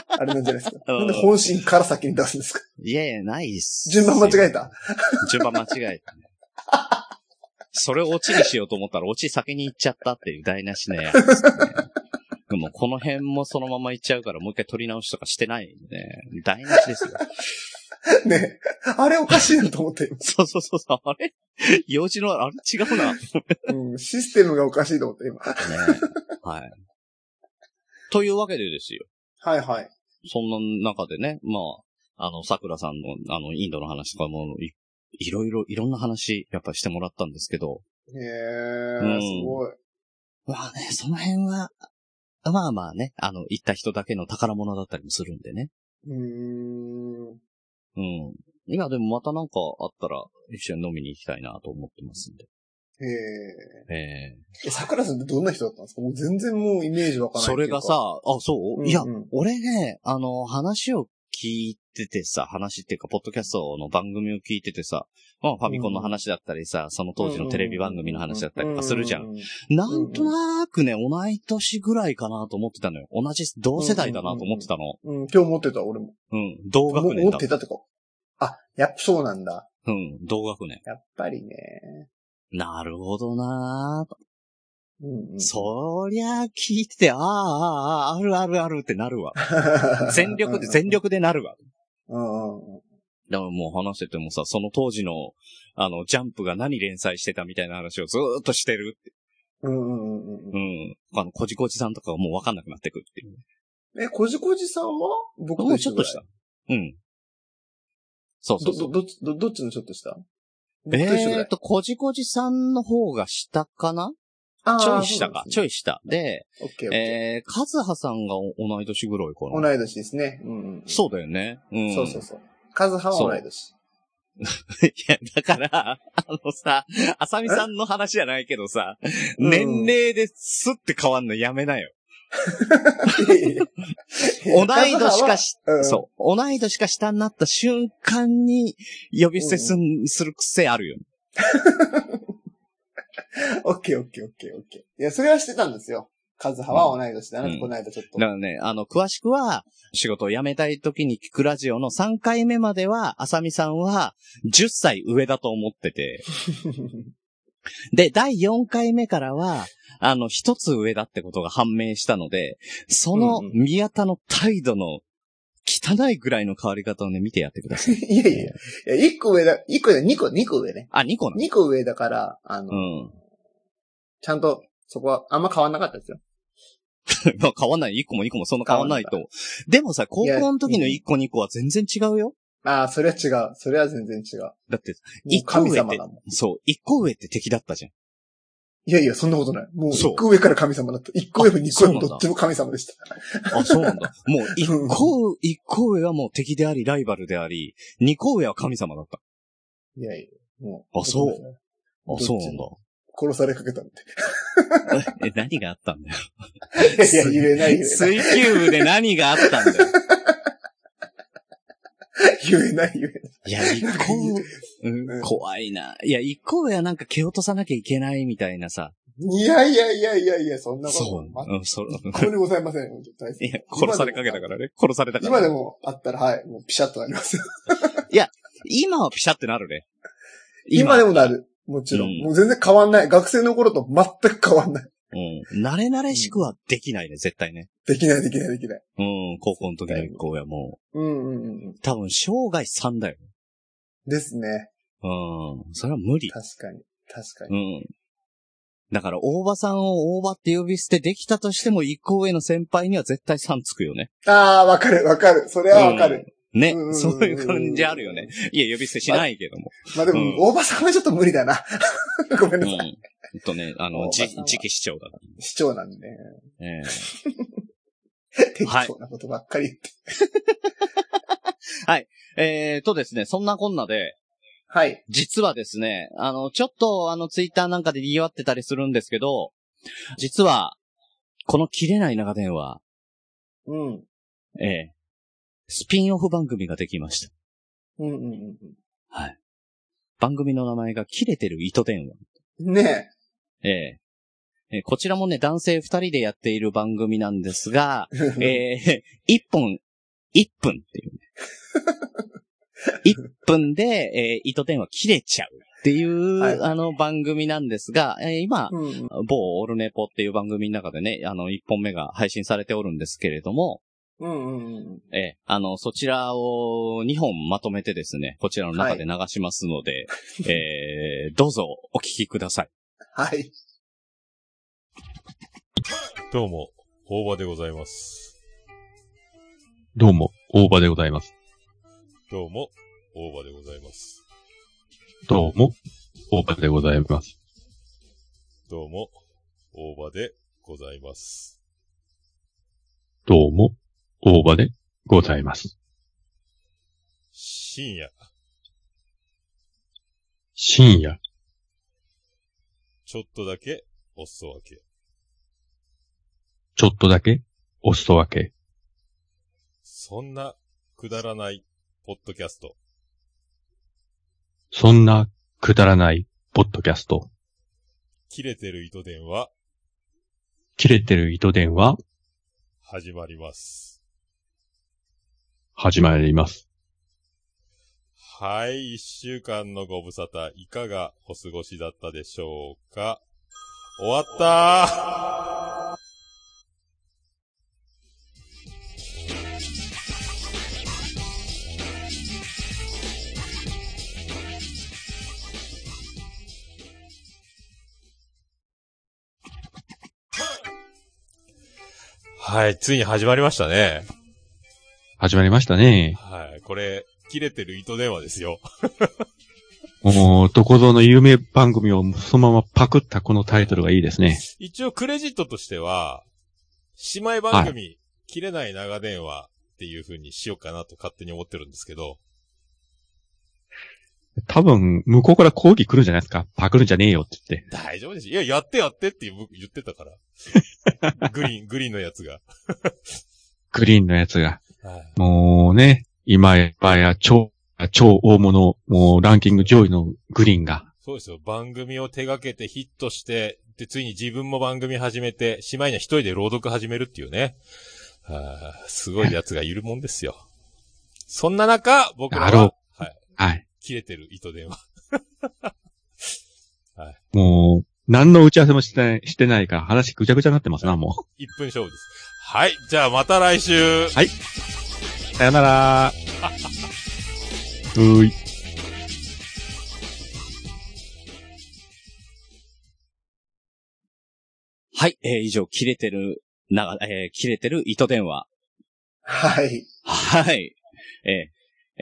D: あれなんじゃないですか。
C: うん
D: なんで本心から先に出すんですか
C: いやいや、ないっす。
D: 順番間違えた。
C: 順番間違えたね。それをオチにしようと思ったら、オチ先に行っちゃったっていう台無しね。 でもこの辺もそのまま行っちゃうから、もう一回取り直しとかしてないんでね。台無しですよ。
D: ね。あれおかしいなと思って。
C: そうそうそうそう、あれ用事の、あれ違うな。ね
D: うん、システムがおかしいと思って、今。
C: はい。というわけでですよ。
D: はいはい。
C: そんな中でね、まあ、あの、桜さんの、あの、インドの話とかもい、いろいろ、いろんな話、やっぱりしてもらったんですけど、
D: へ
C: う
D: ー、
C: ん
D: すごい。
C: まあね、その辺は、まあまあね、あの、行った人だけの宝物だったりもするんでね。
D: うーん。
C: うん。いや、でもまたなんかあったら、一緒に飲みに行きたいなと思ってますんで。
D: へえ。
C: ええ
D: え、桜さんってどんな人だったんですかもう全然もうイメージわからない
C: そ
D: ってい
C: れ
D: うか。
C: がさ、あ、そう、いや
D: う、んうん
C: 俺ね、あの、話を聞いててさ、話っていうか、ポッドキャストの番組を聞いててさ、まあ、ファミコンの話だったりさ、その当時のテレビ番組の話だったりとかするじゃん。。なんとなくね、同い年ぐらいかなと思ってたのよ。同じ、同世代だなと思ってたの。
D: うん、今日持ってた、俺も。
C: うん、同
D: も
C: 学年
D: 持
C: だ
D: って。たってか。あ、やっぱそうなんだ。
C: うん、同学年。
D: やっぱりね。
C: なるほどなぁと。
D: うんうん、
C: そりゃ、聞いてて、あーあー、あーあるあるあるってなるわ。全力 で、全力でなるわ。
D: うんうんうん。
C: でももう話しててもさ、その当時の、あの、ジャンプが何連載してたみたいな話をずーっとしてるって。
D: うんうんうん
C: う。
D: うん
C: あの、こじこじさんとかはもうわかんなくなってくるっていう。
D: ん。え、こじこじさんは僕
C: もう
D: と
C: ち
D: 一
C: ょ
D: 緒
C: っと
D: ぐらい
C: した。うん。そうそうそう。
D: ど、ど、どっち、ど、どっちのちょっとした僕と一緒ぐ
C: え
D: ら
C: ー
D: い。
C: と、こじこじさんの方が下かなちょい下か。ちょ
D: い。
C: い下。で、
D: オッケーオッケ
C: えー、カズハさんが同い年ぐらいか
D: ー。
C: な。
D: 同い年ですね。うんうん。
C: そうだよね。うん。
D: そうそうそう。カズハは同い年。
C: いや、だから、あのさ、あさみさんの話じゃないけどさ、
D: うん
C: 年齢 ですって変わんのやめなよ。同い年かし、
D: うん
C: そう、同い年か下になった瞬間に呼び捨てすんする癖あるよ。
D: オッケーオッケーオッケーオッケー。いや、それはしてたんですよ。カズハは同い年だな
C: う
D: って、
C: ん
D: この間ちょっと。
C: だからね、あの、詳しくは、仕事を辞めたい時に聞くラジオの3回目までは、あさみさんは10歳上だと思ってて、で、第4回目からは、あの、一つ上だってことが判明したので、その
D: うんうん
C: 宮田の態度の汚いぐらいの変わり方をね、見てやってください。
D: いやいやいや、いや1個上だ、1個上だ、2個、2個上ね。
C: あ、2個なの
D: 2個上だから、あの、
C: うん。
D: ちゃんと、そこはあんま変わんなかったですよ。
C: まあ変わんない。1個も2個もそんな変わんないと。でもさ、高校の時の1個2個は全然違うよ。
D: ああ、それは違う。それは全然違う。も
C: だって、
D: う神様だもん。
C: そう、1個上って敵だったじゃん。
D: いやいや、そんなことない。もう、
C: そう
D: 1個上から神様だった。1個上も2個上も
C: あそうなんだ
D: どっちも神様でした。
C: あ、そうなんだ。 もう1個、一個上はもう敵であり、ライバルであり、2個上は神様だった。
D: いやいや、もう。
C: あそう
D: う。
C: あ、そうなんだ。
D: 殺されかけたんで。
C: え、何があったんだよ。
D: いや、言えない、言えない。
C: 水球部で何があったんだよ。
D: 言えない、言えない。
C: い や、一個、うん、怖いな。いや、一個上はなんか蹴落とさなきゃいけないみたいなさ。
D: いやいやいやいやいや、そんなこと。
C: そう。うん、そ
D: 全くございません。本当に大切
C: いや、殺されかけたからね。殺されたから。
D: 今でもあったら、はい、もうピシャッとなります。
C: 今はピシャってなるね。
D: 今でもなる。もちろん。
C: うん
D: もう全然変わんない。学生の頃と全く変わんない。
C: うん。慣れ慣れしくはできないね、絶対ね。
D: できない、できない、できない。
C: うん、高校の時の一個上はも
D: うんうんうんうん
C: う、。多分生涯3だよ。
D: ですね。
C: うん。それは無理。
D: 確かに。確か
C: う
D: に。
C: ん。だから、大場さんを大場って呼び捨てできたとしても、一個上の先輩には絶対さんつくよね。
D: ああ、わかる、わかる。それはわかる。
C: ね
D: うんうんうんう。ん
C: そういう感じあるよね。いや、呼び捨てしないけども。
D: まあでも、
C: うん
D: 大場さんはちょっと無理だな。 ごめん
C: う。
D: なんさい。
C: ほんとね、あの、
D: 大場
C: じ
D: さんは
C: 次期市長だ。
D: 市長なんでね。
C: ええ
D: 適当なことばっかり言って。
C: えーとですね、そんなこんなで、
D: はい。
C: 実はですね、あの、ちょっとあの、ツイッターなんかで賑わってたりするんですけど、実は、この切れない長電話、
D: うん。
C: ええスピンオフ番組ができました。
D: うんうんうん
C: はい。番組の名前が切れてる糸電話。
D: うん。ね
C: えええーこちらもね、男性二人でやっている番組なんです が、
D: え。
C: えー、1本、1分って いうね。1分で、えー、糸電話切れちゃうっていう、
D: はい
C: あの番組なんですが、えー今、
D: うんうん
C: 某オールネポっていう番組の中でね、あの、1本目が配信されておるんですけれども、
D: うんうんうん。
C: えーあの、そちらを2本まとめてですね、こちらの中で流しますので、えーどうぞお聞きください。
D: はい。
B: どうも、大場でございます。
E: どうも、大場でございます。
B: どうも、大場でございます。
E: どうも、大場でございます。
B: どうも、大場でございます。
E: どうも、大場でございます。
B: 深夜、
E: 深夜、
B: ちょっとだけ、おすそ分け。
E: ちょっとだけ、おすそ分け。
B: そんな、くだらない、ポッドキャスト。
E: そんな、くだらない、ポッドキャスト。
B: 切れてる糸電話、
E: 切れてる糸電話、
B: 始まります。
E: 始まります。
B: はい、一週間のご無沙汰、いかがお過ごしだったでしょうか終わったーはい、ついに始まりましたね。
E: 始まりましたね。
B: はい、これ、切れてる糸電話ですよ。
E: もう、どこぞの有名番組をそのままパクったこのタイトルがいいですね。
B: 一応クレジットとしては、姉妹番組、切れない長電話っていう風にしようかなと勝手に思ってるんですけど、
E: 多分、向こうから抗議来るんじゃないですか。パクるんじゃねえよって言って。
B: 大丈夫です。いや、やってやってって言ってたから。 グリーン、グリーンのやつが。
E: グリーンのやつが。
B: はい
E: もうね、今や、今や超、超大物、もうランキング上位のグリーンが、
B: そうですよ。番組を手掛けてヒットして、で、ついに自分も番組始めて、姉妹には一人で朗読始めるっていうね。あーすごいやつがいるもんですよ。そんな中、僕ら
E: あろ
B: は、はい、
E: はい。
B: 切れてる糸電話。
E: もう、何の打ち合わせもしてない、してないから話ぐちゃぐちゃになってますな、も
B: 1分勝負です。はい。じゃあまた来週。
E: う。さよなら。うーい。
C: はい、えー以上、切れてる、長、えー切れてる糸電話。
D: はい。
C: はい。え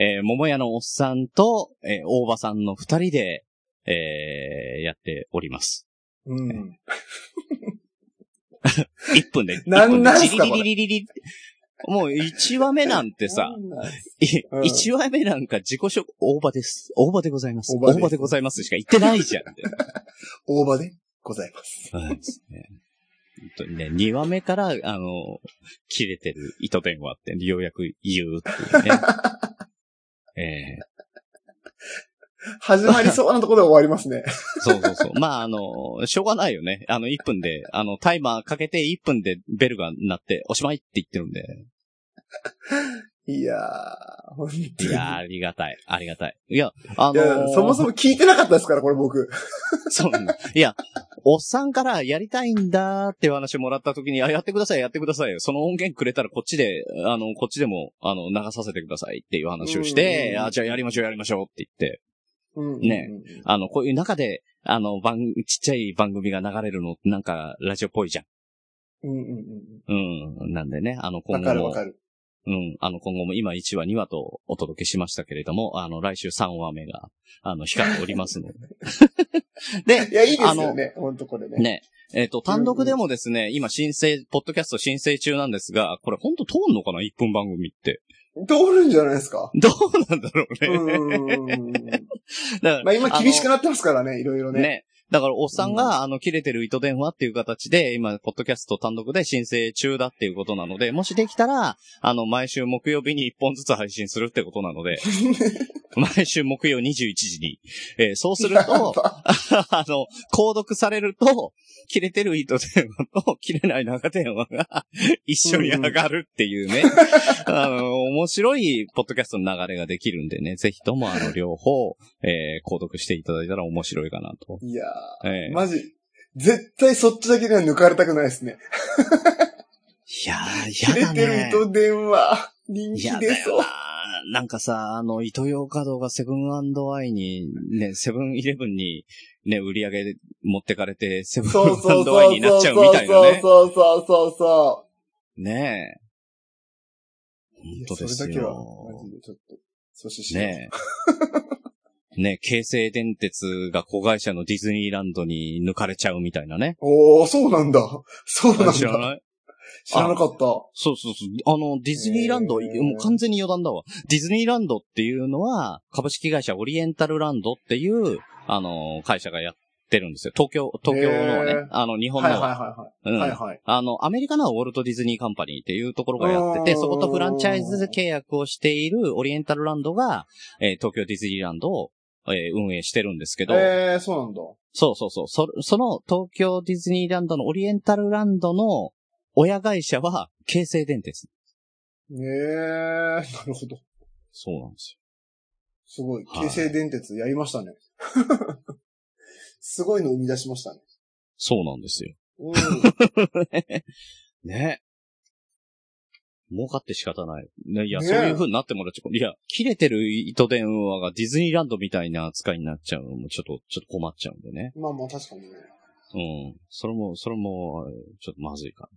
C: ーえー桃屋のおっさんと、えー大場さんの二人で、えーやっております。
D: うん。
C: 1分で。
D: な
C: 1分
D: なんすかこれ
C: ジリリリリリもう1話目なんてさ
D: な、んだ
C: い
D: うん
C: 一話目なんか自己紹介、大場です。大場でございます。
D: 大場です
C: 大場でございますしか言ってないじゃん。
D: 大場でございます。
C: そうですね。本当にね、2話目から、あの、切れてる糸電話って、ようやく言うっていう ね。ええ
D: 始まりそうなところで終わりますね。
C: そうそうそう。まあ、あの、しょうがないよね。あの、1分で、あの、タイマーかけて1分でベルが鳴って、おしまいって言ってるんで。
D: いやー、本当
C: い
D: に。
C: やー、ありがたい。ありがたい。いや、あ
D: い
C: の
D: や、
C: ー、
D: そもそも聞いてなかったですから、これ僕。
C: そうなんだ。いや、おっさんからやりたいんだーっていう話もらった時に、あ、やってください、やってくださいよ。その音源くれたらこっちで、あの、こっちでも、あの、流させてくださいっていう話をし
D: うんうん
C: て、
D: うん
C: あ、じゃあやりましょう、やりましょうって言って、
D: うん
C: ねあの、こういう中で、あの、番、ちっちゃい番組が流れるの、なんか、ラジオっぽいじゃん。
D: うんうん
C: うん。なんでね、あの、
D: うん。
C: 今
D: わか
C: 後
D: るわ
C: も
D: か、る。
C: うん。あの、今後も今1話、2話とお届けしましたけれども、あの、来週3話目が、あの、光っておりますので。 で、
D: いや、いいです
C: あ
D: よ
C: の
D: ね、ほんとこれね。
C: ね。えっ、と、単独でもですね、今申請、ポッドキャスト申請中なんですが、これほんと通んのかな ?1 分番組って。
D: 通るんじゃないですか。
C: どうなんだろう
D: う
C: ね。
D: んうんうんうん。
C: だから
D: まあ今厳しく
C: あ
D: なってますからね、いろいろ
C: の
D: ね。
C: ね。だから、おっさんが、あの、切れてる糸電話っていう形で、今、ポッドキャスト単独で申請中だっていうことなので、もしできたら、あの、毎週木曜日に1本ずつ配信するってことな ので、毎週木曜21時に。えーそうすると、あの、購読されると、切れてる糸電話と切れない長電話が 一緒に上がるっていうね、あの、面白いポッドキャストの流れができるんでね、ぜひともあの、両方、えー購読していただいたら面白いかなと。
D: いや
C: え
D: ー、
C: ー
D: マジ。絶対そっちだけでは抜かれたくないですね。
C: いや
D: 切
C: ー、
D: れ
C: やだ
D: てる
C: ね。
D: 糸電話、人
C: いやだ
D: 気出
C: よ
D: そう
C: な。。なんかさ、あの、糸用稼働がセブンアイに、ね、セブンイレブンに、ね、売り上げ持ってかれて、セブン
D: そうそう
C: アイ
D: そう
C: にな
D: そ
C: っ
D: う
C: ちゃう
D: そ
C: み
D: う
C: たいなね。
D: そうそうそうそ
C: ねえ。
D: う。いや
C: 本当です
D: それだけは、マ
C: よ。
D: ジでちょっと、阻止しない。
C: ねえ。ねえ、京成電鉄が子会社のディズニーランドに抜かれちゃうみたいなね。
D: おー、そうなんだ。そうなんだ。
C: 知らない
D: 知らなかった。
C: そうそうそう。あの、ディズニーランド、
D: へー
C: もう完全に余談だわ。ディズニーランドっていうのは、株式会社オリエンタルランドっていう、あの、会社がやってるんですよ。東京、東京のは
D: へ
C: ね
D: ー、
C: あの、日本
D: はい
C: の
D: はい
C: は、
D: は
C: う
D: い
C: ん
D: はい。はいはい。
C: あの、アメリカのはウォルト・ディズニー・カンパニーっていうところがやって
D: う
C: て、
D: ん
C: そことフランチャイズ契約をしているオリエンタルランドが、えー東京ディズニーランドを、えー運営してるんですけど、
D: えー、そうなんだ。
C: そうそうそう、そその東京ディズニーランドのオリエンタルランドの親会社は京成電鉄。
D: えー、なるほど。
C: そうなんです
D: すごい。
C: はい
D: 京成電鉄やりましたね。 すごいの生み出しましたね。
C: よ。そうなんですよ。
D: うん。
C: ね。儲かって仕方ない。ねいや、
D: ね
C: そういう風になってもらっちゃう。いや、切れてる糸電話がディズニーランドみたいな扱いになっちゃうのもちょっと、ちょっと困っちゃうんでね。
D: まあまあ確かにね。
C: うん。それも、それも、えーちょっとまずいか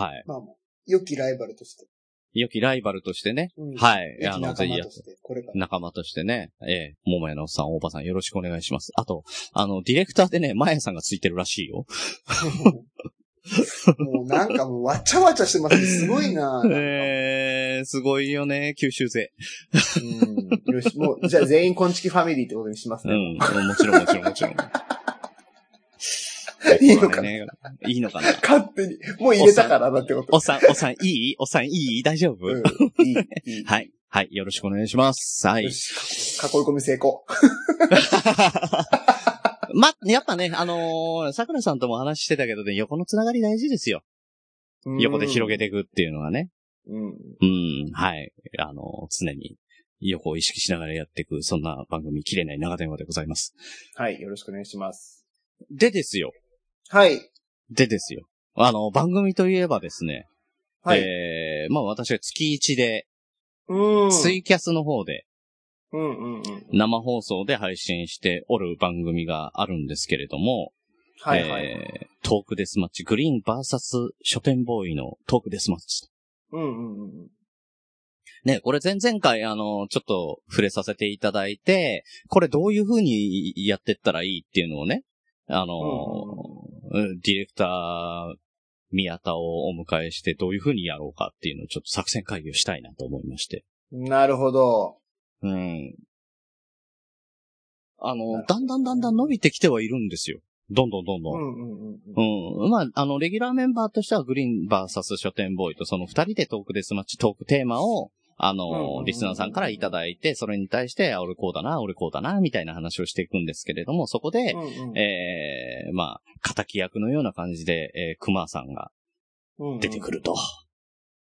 C: な。はい。
D: まあまあ。良きライバルとして。
C: 良きライバルとしてね。
D: うん、い。
C: はい。
D: 良
C: あ
D: き
C: の、
D: 仲
C: ぜひ
D: 間
C: や
D: と、して、これから。
C: 仲間としてね。ええ桃屋のおっさん、おばさん、よろしくお願いします。あと、あの、ディレクターでね、まやさんがついてるらしいよ。
D: もうなんかもうわちゃわちゃしてますね。すごいなぁ。
C: ええすごいよね、九州勢。
D: うん。よし、もう、じゃあ全員こんちきファミリーってことにします
C: う
D: ね。
C: ん。もちろん、もちろん、も ちろん。
D: いいのかな
C: ねいいのかな
D: 勝手に。もう入れたからだってこと。
C: おっさん、おっさん、いいおっさん、いい大丈夫、
D: うん。いい、いい。
C: はい。はい。よろしくお願いします。はい
D: よ。し。囲い込み成功。
C: ま、やっぱね、あのー、桜さんとも話してたけどね、横のつながり大事ですよ。横で広げて
D: て。
C: いくっていうのはね。
D: うん。
C: うん、はい。あのー、常に横を意識しながらやっていく、そんな番組、綺麗ない長電話でございます。
D: はい、よろしくお願いします。
C: でですよ。
D: はい。
C: でですよ。あの、番組といえばですね、
D: はい。
C: えー、まあ私は月1で、
D: うん。
C: ツイキャスの方で
D: うんうんうん。
C: 生放送で配信しておる番組があるんですけれども、
D: はいはい。
C: えートークデスマッチ、グリーン VS 書店ボーイのトークデスマッチ。
D: うんうんうん。
C: ね、これ前々回あの、ちょっと触れさせていただいて、これどういう風にやってったらいいっていうのをね、あの、うんディレクター、宮田をお迎えしてどういう風にやろうかっていうのをちょっと作戦会議をしたいなと思いまして。
D: なるほど。
C: うん。あ
D: な
C: の
D: るほど、
C: だんだんだんだん伸びてきてはいるんですよ。どんどんどんどん。
D: うんうんうん。
C: うん。まあ、あの、レギュラーメンバーとしては、グリーンバーサス書店ボーイとその二人でトークデスマッチ、トークテーマを、あの、
D: うんうんうん
C: リスナーさんからいただいて、それに対して、あ俺こうだな、俺こうだな、みたいな話をしていくんですけれども、そこで、
D: うんうん
C: えー、まあ、仇役のような感じで、えー、熊さんが
D: うんうん
C: 出てくると。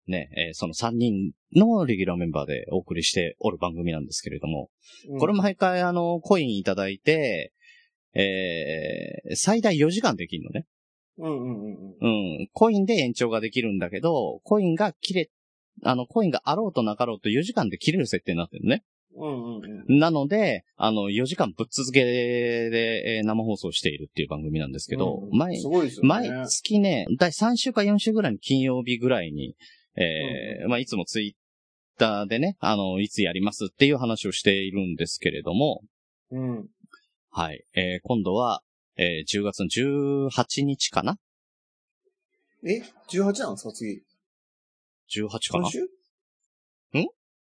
C: ね、えーその3人のレギュラーメンバーでお送りしておる番組なんですけれども、
D: うん
C: これ毎回あの、コインいただいて、えー最大4時間できるのね。
D: うんうんうんうん。
C: うん。コインで延長ができるんだけど、コインが切れ、あの、コインがあろうとなかろうと4時間で切れる設定になってるのね。
D: うんうんうん。
C: なので、あの、4時間ぶっ続けで、えー生放送しているっていう番組なんですけど、
D: うん
C: 毎
D: すごいですよね。
C: 毎月ね、第3週か4週ぐらいに金曜日ぐらいに、えーまあ、いつもツイッターでね、あの、いつやりますっていう話をしているんですけれども、
D: うん。
C: はい。えー今度は、えー10月の18日かな
D: え ?18 なのその次。
C: ?18 かな
D: 今週
C: ん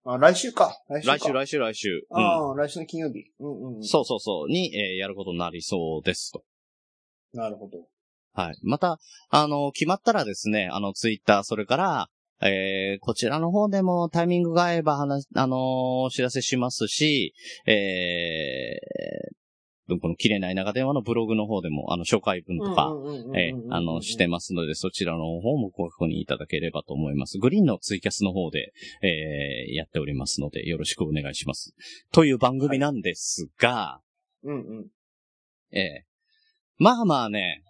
D: あ、来週か。来週か。
C: 来週、来週、来週。
D: ああ、来週の金曜日。うんうん
C: う
D: う。
C: んん。そうそうそう、に、えーやることになりそうですと。
D: なるほど。
C: はい。また、あの、決まったらですね、あの、ツイッター、それから、えー、こちらの方でもタイミングが合えば話、あのーお知らせしますし、えー、この切れない長電話のブログの方でも、あの、紹介文とか、えー、あの、して
D: も。
C: ますので、そちらの方もご確認いただければと思います。グリーンのツイキャスの方で、えー、やっておりますので、よろしくお願いします。という番組なんですが、
D: うんうん。
C: ええ。まあまあね、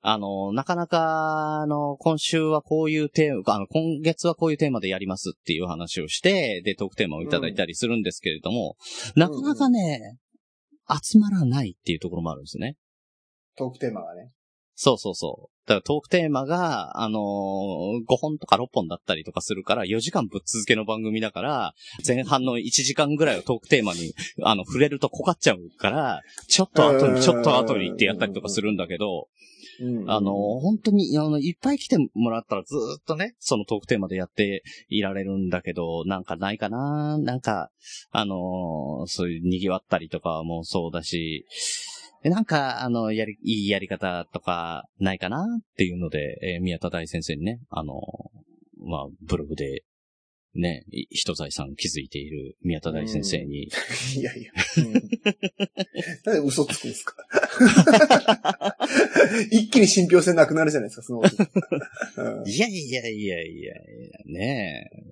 C: あの、なかなか、あの、今週はこういうテーマ、あの、今月はこういうテーマでやりますっていう話をして、で、トークテーマをいただいたりするんですけれども、なかなかね、集まらないっていうところもあるんですね。
D: トークテーマがね。
C: そうそうそう。だからトークテーマが、あのー5本とか6本だったりとかするから、4時間ぶっ続けの番組だから、前半の1時間ぐらいをトークテーマに、あの、触れるとこかっちゃうから、ちょっと後
D: うん
C: に、ちょっと後にってやったりとかするんだけど、
D: うん。
C: あのー本当に、あの、いっぱい来てもらったらずーっとね、そのトークテーマでやっていられるんだけど、なんかないかななんか、あのーそういう賑わったりとかもそうだし、なんか、あの、やり、いいやり方とか、ないかなっていうので、えー宮田大先生にね、あのーまあ、ブログで、ね、い人財産気づいている宮田大先生に、
D: いやいや。うんなんで嘘つくんですか 一気に信憑性なくなるじゃないですか、その男。うん
C: いやいやいやいやいや、ねえ。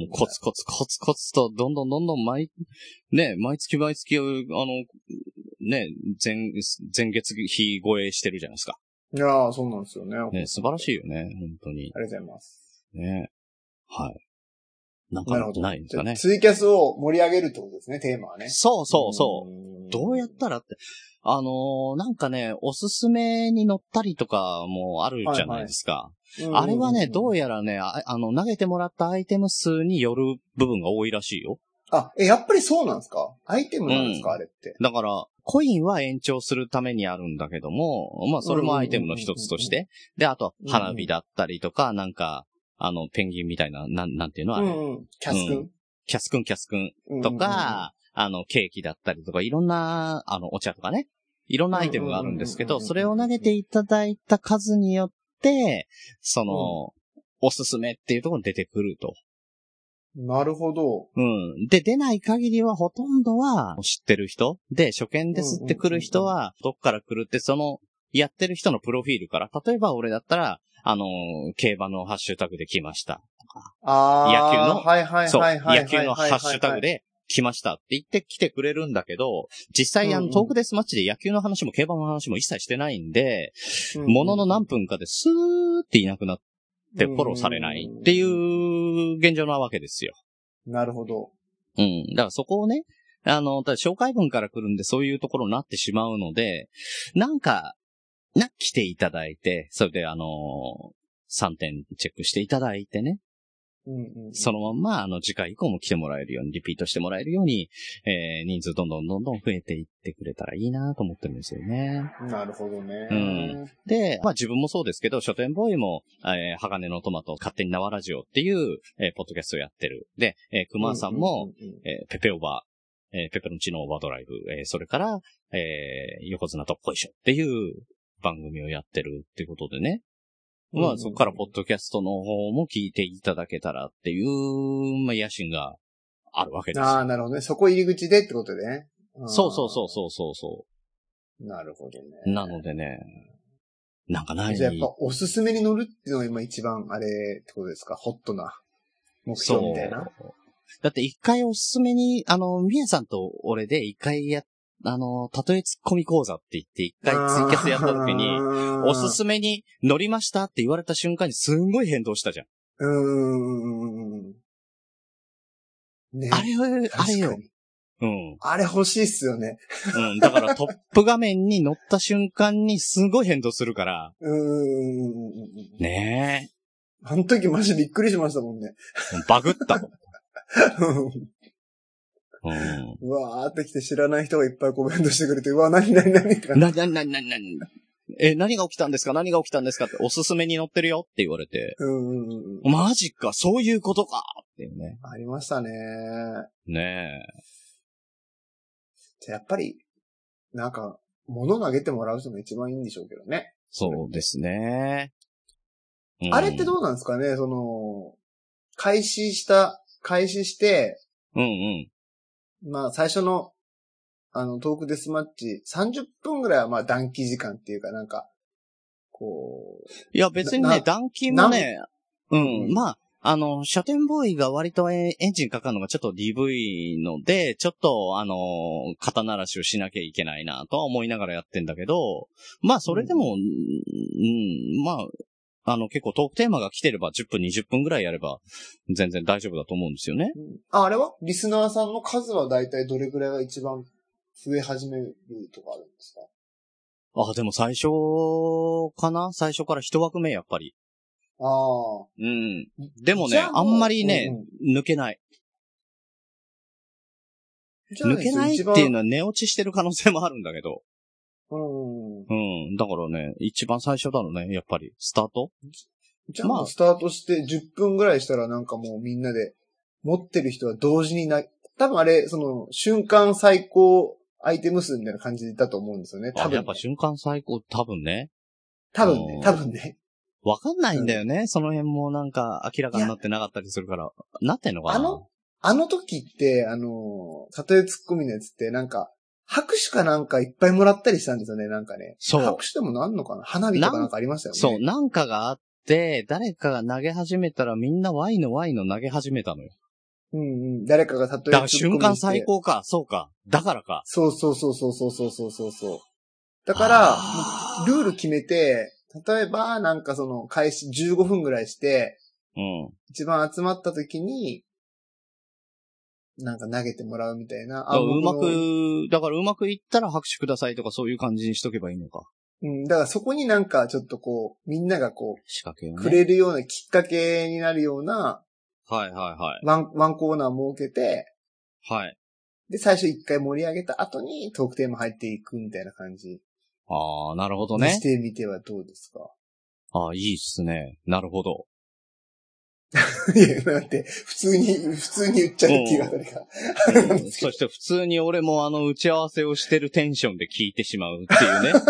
C: もうコツコツコツコツと、どんどんどんどん毎、ねえ、毎月毎月、あの、ねえ、前、前月日超えしてるじゃないですか。
D: いやーそうなんですよね。
C: ねえ素晴らしいよね、本当に。
D: ありがとうございます。
C: ねえはい。なん
D: なる
C: か
D: ほど。
C: ないんですかね
D: じゃあ。ツイキャスを盛り上げるってことですね、テーマはね。
C: そうそうそう。
D: ん
C: どうやったらって、あのーなんかね、おすすめに乗ったりとかもあるじゃないですか。
D: うん
C: あれはね、どうやらねあ、あの、投げてもらったアイテム数による部分が多いらしいよ。
D: あ、え、やっぱりそうなんですかアイテムなんですか、あれって。
C: だから、コインは延長するためにあるんだけども、まあ、それもアイテムの一つとして、で、あとは花火だったりとか、なんか、あの、ペンギンみたいな、なん、なんていうのあ
D: う
C: れ、
D: んうん。キャス君
C: キャスくんキャスくん
D: うんうん
C: とか、あの、ケーキだったりとか、いろんな、あの、お茶とかね、いろんなアイテムがあるんですけ
D: うん
C: ど、
D: うんうんうん
C: それを投げていただいた数によって、その、おすすめっていうところに出てくると。
D: なるほど。
C: うん。で、出ない限りはほとんどは知ってる人で、初見ですって来る人は、どっから来るって、その、やってる人のプロフィールから、例えば俺だったら、あのー競馬のハッシュタグで来ました。
D: ああ。
C: 野球の
D: はいはい
C: そう。
D: はいはいはいはいはい。
C: 野球のハッシュタグで来ましたって言って来てくれるんだけど、実際あ
D: うんう
C: の、
D: ん
C: トークデスマッチで野球の話も競馬の話も一切してないんで、
D: うんうん、
C: ものの何分かでスーっていなくなってフォローされないってい
D: ん。
C: う現状なわけですよ。
D: なるほど。
C: うん。だからそこをね、あの、ただ紹介文から来るんでそういうところになってしまうので、なんか、な、来ていただいて、それであの3点チェックしていただいてね、
D: うんうんうん。
C: そのまんま、あの、次回以降も来てもらえるように、リピートしてもらえるように、えー、人数どんどんどんどん増えていってくれたらいいなと思ってるんですよね。
D: なるほどね。
C: うんで、まあ自分もそうですけど、書店ボーイも、えー、鋼のトマト、勝手に縄ラジオっていう、えー、ポッドキャストをやってる。で、えー、熊さんも、
D: うんうんうん、
C: えーペペオーバー、えーペペロンチーノオーバードライブ、えーそれから、えー横綱とっこいしょっていう番組をやってるってことでね。ま
D: う
C: あ
D: ん
C: そこからポッドキャストの方も聞いていただけたらっていう、まあ野心があるわけです
D: あ
C: よ。
D: あ、なるほどね。そこ入り口でってことでね。。
C: そうそうそうそうそうそう
D: なるほどね。
C: う。なのでね、なんかない
D: じゃあやっぱおすすめに乗るっていうのが今一番あれってことですかホットな目標みたいな。
C: だって一回おすすめに、あの、みやさんと俺で一回や、あの、たとえツッコミ講座って言って一回ツイキャスやった時に、おすすめに乗りましたって言われた瞬間にすんごい変動したじゃん。
D: め。うーん。ね。
C: あれは、あれ
D: 確
C: よ
D: か。に
C: うん。
D: あれ欲しいっすよね。
C: うん。だ からトップ画面に乗った瞬間にすごい変動するから。
D: うーん。
C: ね
D: あの時マジびっくりしましたもんね。
C: え。バグったもん。
D: うわーって来て知らない人がいっぱいコメントしてくれて、うわ、なになになにって
C: うん。な、な、な、な、な、な、え、何が起きたんですか何が起きたんですかって、おすすめに乗ってるよって言われて、
D: うんうんうん。
C: マジか、そういうことかっていうね。
D: ありましたね。
C: ねえ。
D: じゃあやっぱり、なんか、物投げてもらう人が一番いいんでしょうけどね。
C: そうですね。
D: あれって
C: う
D: どうなんですかねその、開始した、開始して、
C: んうんうん。
D: まあ最初の、あの、トークデスマッチ、30分ぐらいはまあ断期時間っていうかなんか、こ
C: いや、別に
D: な
C: ね
D: な、
C: 断金もね、う
D: うん
C: ん、まあ、あの、シャテンボーイが割とエエンジンかかるのがちょっと DV ので、ちょっと、あの、肩慣らしをしなきゃいけないなとは思いながらやってんだけど、まあ、それでも、うん、うんまあ、あの、結構トークテーマが来てれば10分、20分ぐらいやれば、全然大丈夫だと思うんですよね。
D: う、うんあ、あれはリスナーさんの数はだいたいどれぐらいが一番増え始めるとかあるんですか
C: あ、でも最初かな最初から一枠目、やっぱり。
D: ああ。
C: うん。でも
D: じ
C: ね、
D: ゃ
C: あんまりね、、抜けない。
D: うん
C: 抜けないっていうのは寝落ちしてる可能性もあるんだけど。
D: うん。
C: うん。だからね、一番最初だろうね、やっぱり。スタート
D: じゃあ、
C: まあ
D: スタートして10分ぐらいしたらなんかもうみんなで持ってる人は同時にな、多分あれ、その瞬間最高アイテム数みたいな感じだと思うんですよね。多
C: あや
D: 分
C: っ、ぱ瞬間最高、多分ね。
D: 多分ね
C: う、ん
D: 多分ね。
C: わかんないんだよね、その辺もなんか明らかになってなかったりするから。なってんのかな
D: あのあの時って、あのー、たとえツッコミのやつってなんか、拍手かなんかいっぱいもらったりしたんですよね、なんかね。
C: そう
D: 拍手でもなんのかな花火とかなんかありましたよね。
C: そう、なんかがあって、誰かが投げ始めたらみんな Y の Y の投げ始めたのよ。
D: うんうん。誰かがたとえ
C: だ
D: ツ
C: か
D: ッコミ
C: ら瞬
D: して
C: 間最。高か、そうか。だからか。
D: そうそうそうそうそうそうそうそうそう。だから、
C: あー
D: ルール決めて、例えば、なんかその、開始15分ぐらいして、
C: うん。
D: 一番集まった時に、なんか投げてもらうみたいな。
C: だからうま
D: 僕の
C: く、だからうまくいったら拍手くださいとかそういう感じにしとけばいいのか。
D: うん、だからそこになんかちょっとこう、みんながこ
C: 仕掛けを
D: う、
C: ね。
D: くれるようなきっかけになるような、
C: はいはいは
D: ワン、ワンコーナー設けて、
C: い。はい。
D: で、最初一回盛り上げた後にトークテーマ入っていくみたいな感じ
C: ああ、なるほど
D: に
C: ね
D: し。てみてはどうですか、
C: ああ、いいっすね。なるほ ど。
D: いや、だって、普通に、普通に言っちゃうっていうあたりが。
C: うんそして普通に俺もあの打ち合わせをしてるテンションで聞いてしまうっていうね。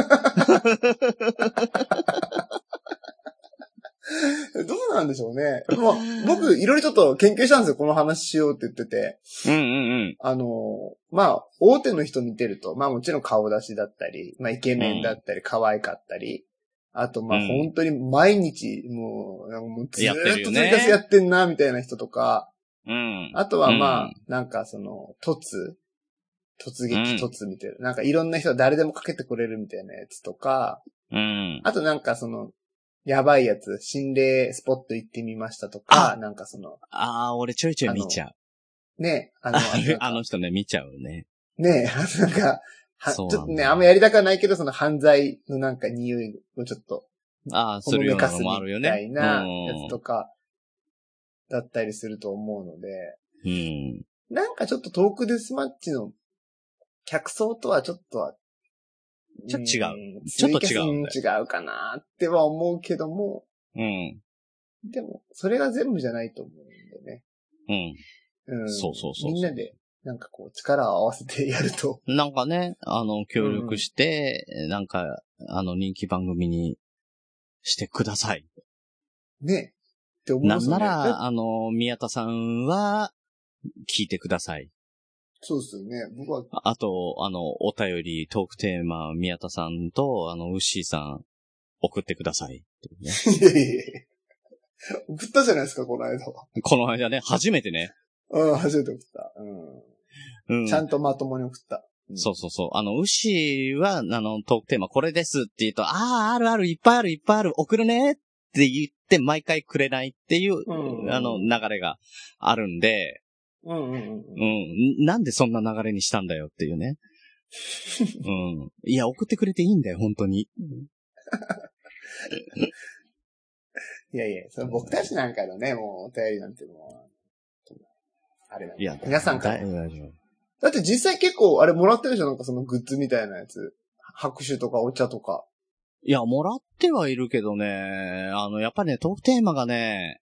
D: どうなんでしょうね。まあ、僕、いろいろちょっと研究したんですよ。この話しようって言ってて。
C: うんうんうん。
D: あのー、まあ、大手の人見てると、まあもちろん顔出しだったり、まあイケメンだったり、可愛かったり。あと、まあ
C: うん
D: 本当に毎日、もう、なんかもうずー
C: やって
D: っ
C: る
D: と
C: よ
D: ツ
C: ね
D: イキャスやってんな、みたいな人とか。
C: うん。
D: あとはまあ
C: うん、
D: なんかその、突突
C: うん
D: 撃、突みたいな。なんかいろんな人が誰でもかけてくれるみたいなやつとか。
C: うん。
D: あとなんかその、やばいやつ、心霊スポット行ってみましたとか、なんかその、
C: ああ、俺ちょいちょい見ちゃう。
D: ね、あの、
C: あ
D: あの
C: の人ね、見ちゃうね。
D: ね、 あのなんか、はち
C: そう
D: ょっ
C: なんだ
D: とね、あんまやりたくはないけど、その犯罪のなんか匂いをちょっと、
C: ああ、す
D: ほの
C: るよ
D: め
C: うな
D: かす
C: のもあるよ
D: み
C: ね。
D: たいな
C: うん
D: やつとか、だったりすると思うので、
C: うん。
D: なんかちょっとトークデスマッチの客層とはちょっとは、
C: ちょっと違
D: うーん。
C: ちょっと違うんだよ
D: ツイキャスうん違うかなっては思うけども、
C: うん。
D: でも、それが全部じゃないと思うんでね。
C: うん。
D: うん。
C: そうそうそうそう
D: みんなで、なんかこう、力を合わせてやると。
C: なんかね、あの、協力して、なんか、あの、人気番組にしてください。
D: ね。って思うん
C: な
D: で
C: ん
D: す
C: な
D: よね。
C: ら、あの、宮田さんは、聞いてください。
D: そうですよね。僕は、
C: あと、あの、お便り、トークテーマ、宮田さんと、あの、ウッシーさん、送ってくださいっていうね、
D: いやいや いや送ったじゃないですか、この間は。
C: この間ね、初めてね。
D: うん、初めて送った。う。
C: うんん。
D: ちゃんとまともに送った。
C: そうそうそう。あの、牛は、あの、トークテーマこれですって言うと、ああ、あるある、いっぱいある、いっぱいある、送るねって言って、毎回くれないっていう、
D: うん
C: あの、流れがあるんで、
D: うんうんうん
C: う。ん、なんでそんな流れにしたんだよっていう ね。うん。いや、送ってくれていいんだよ、本当に。
D: いやいや、その僕たちなんかのね、もうお便りなんてもう、あれだ、ね、
C: いや、
D: 皆さんから
C: 大丈夫、大丈夫。
D: だって実際結構あれもらってるでしょなんかそのグッズみたいなやつ。拍手とかお茶とか。
C: いや、もらってはいるけどね、あの、やっぱりね、トークテーマがね、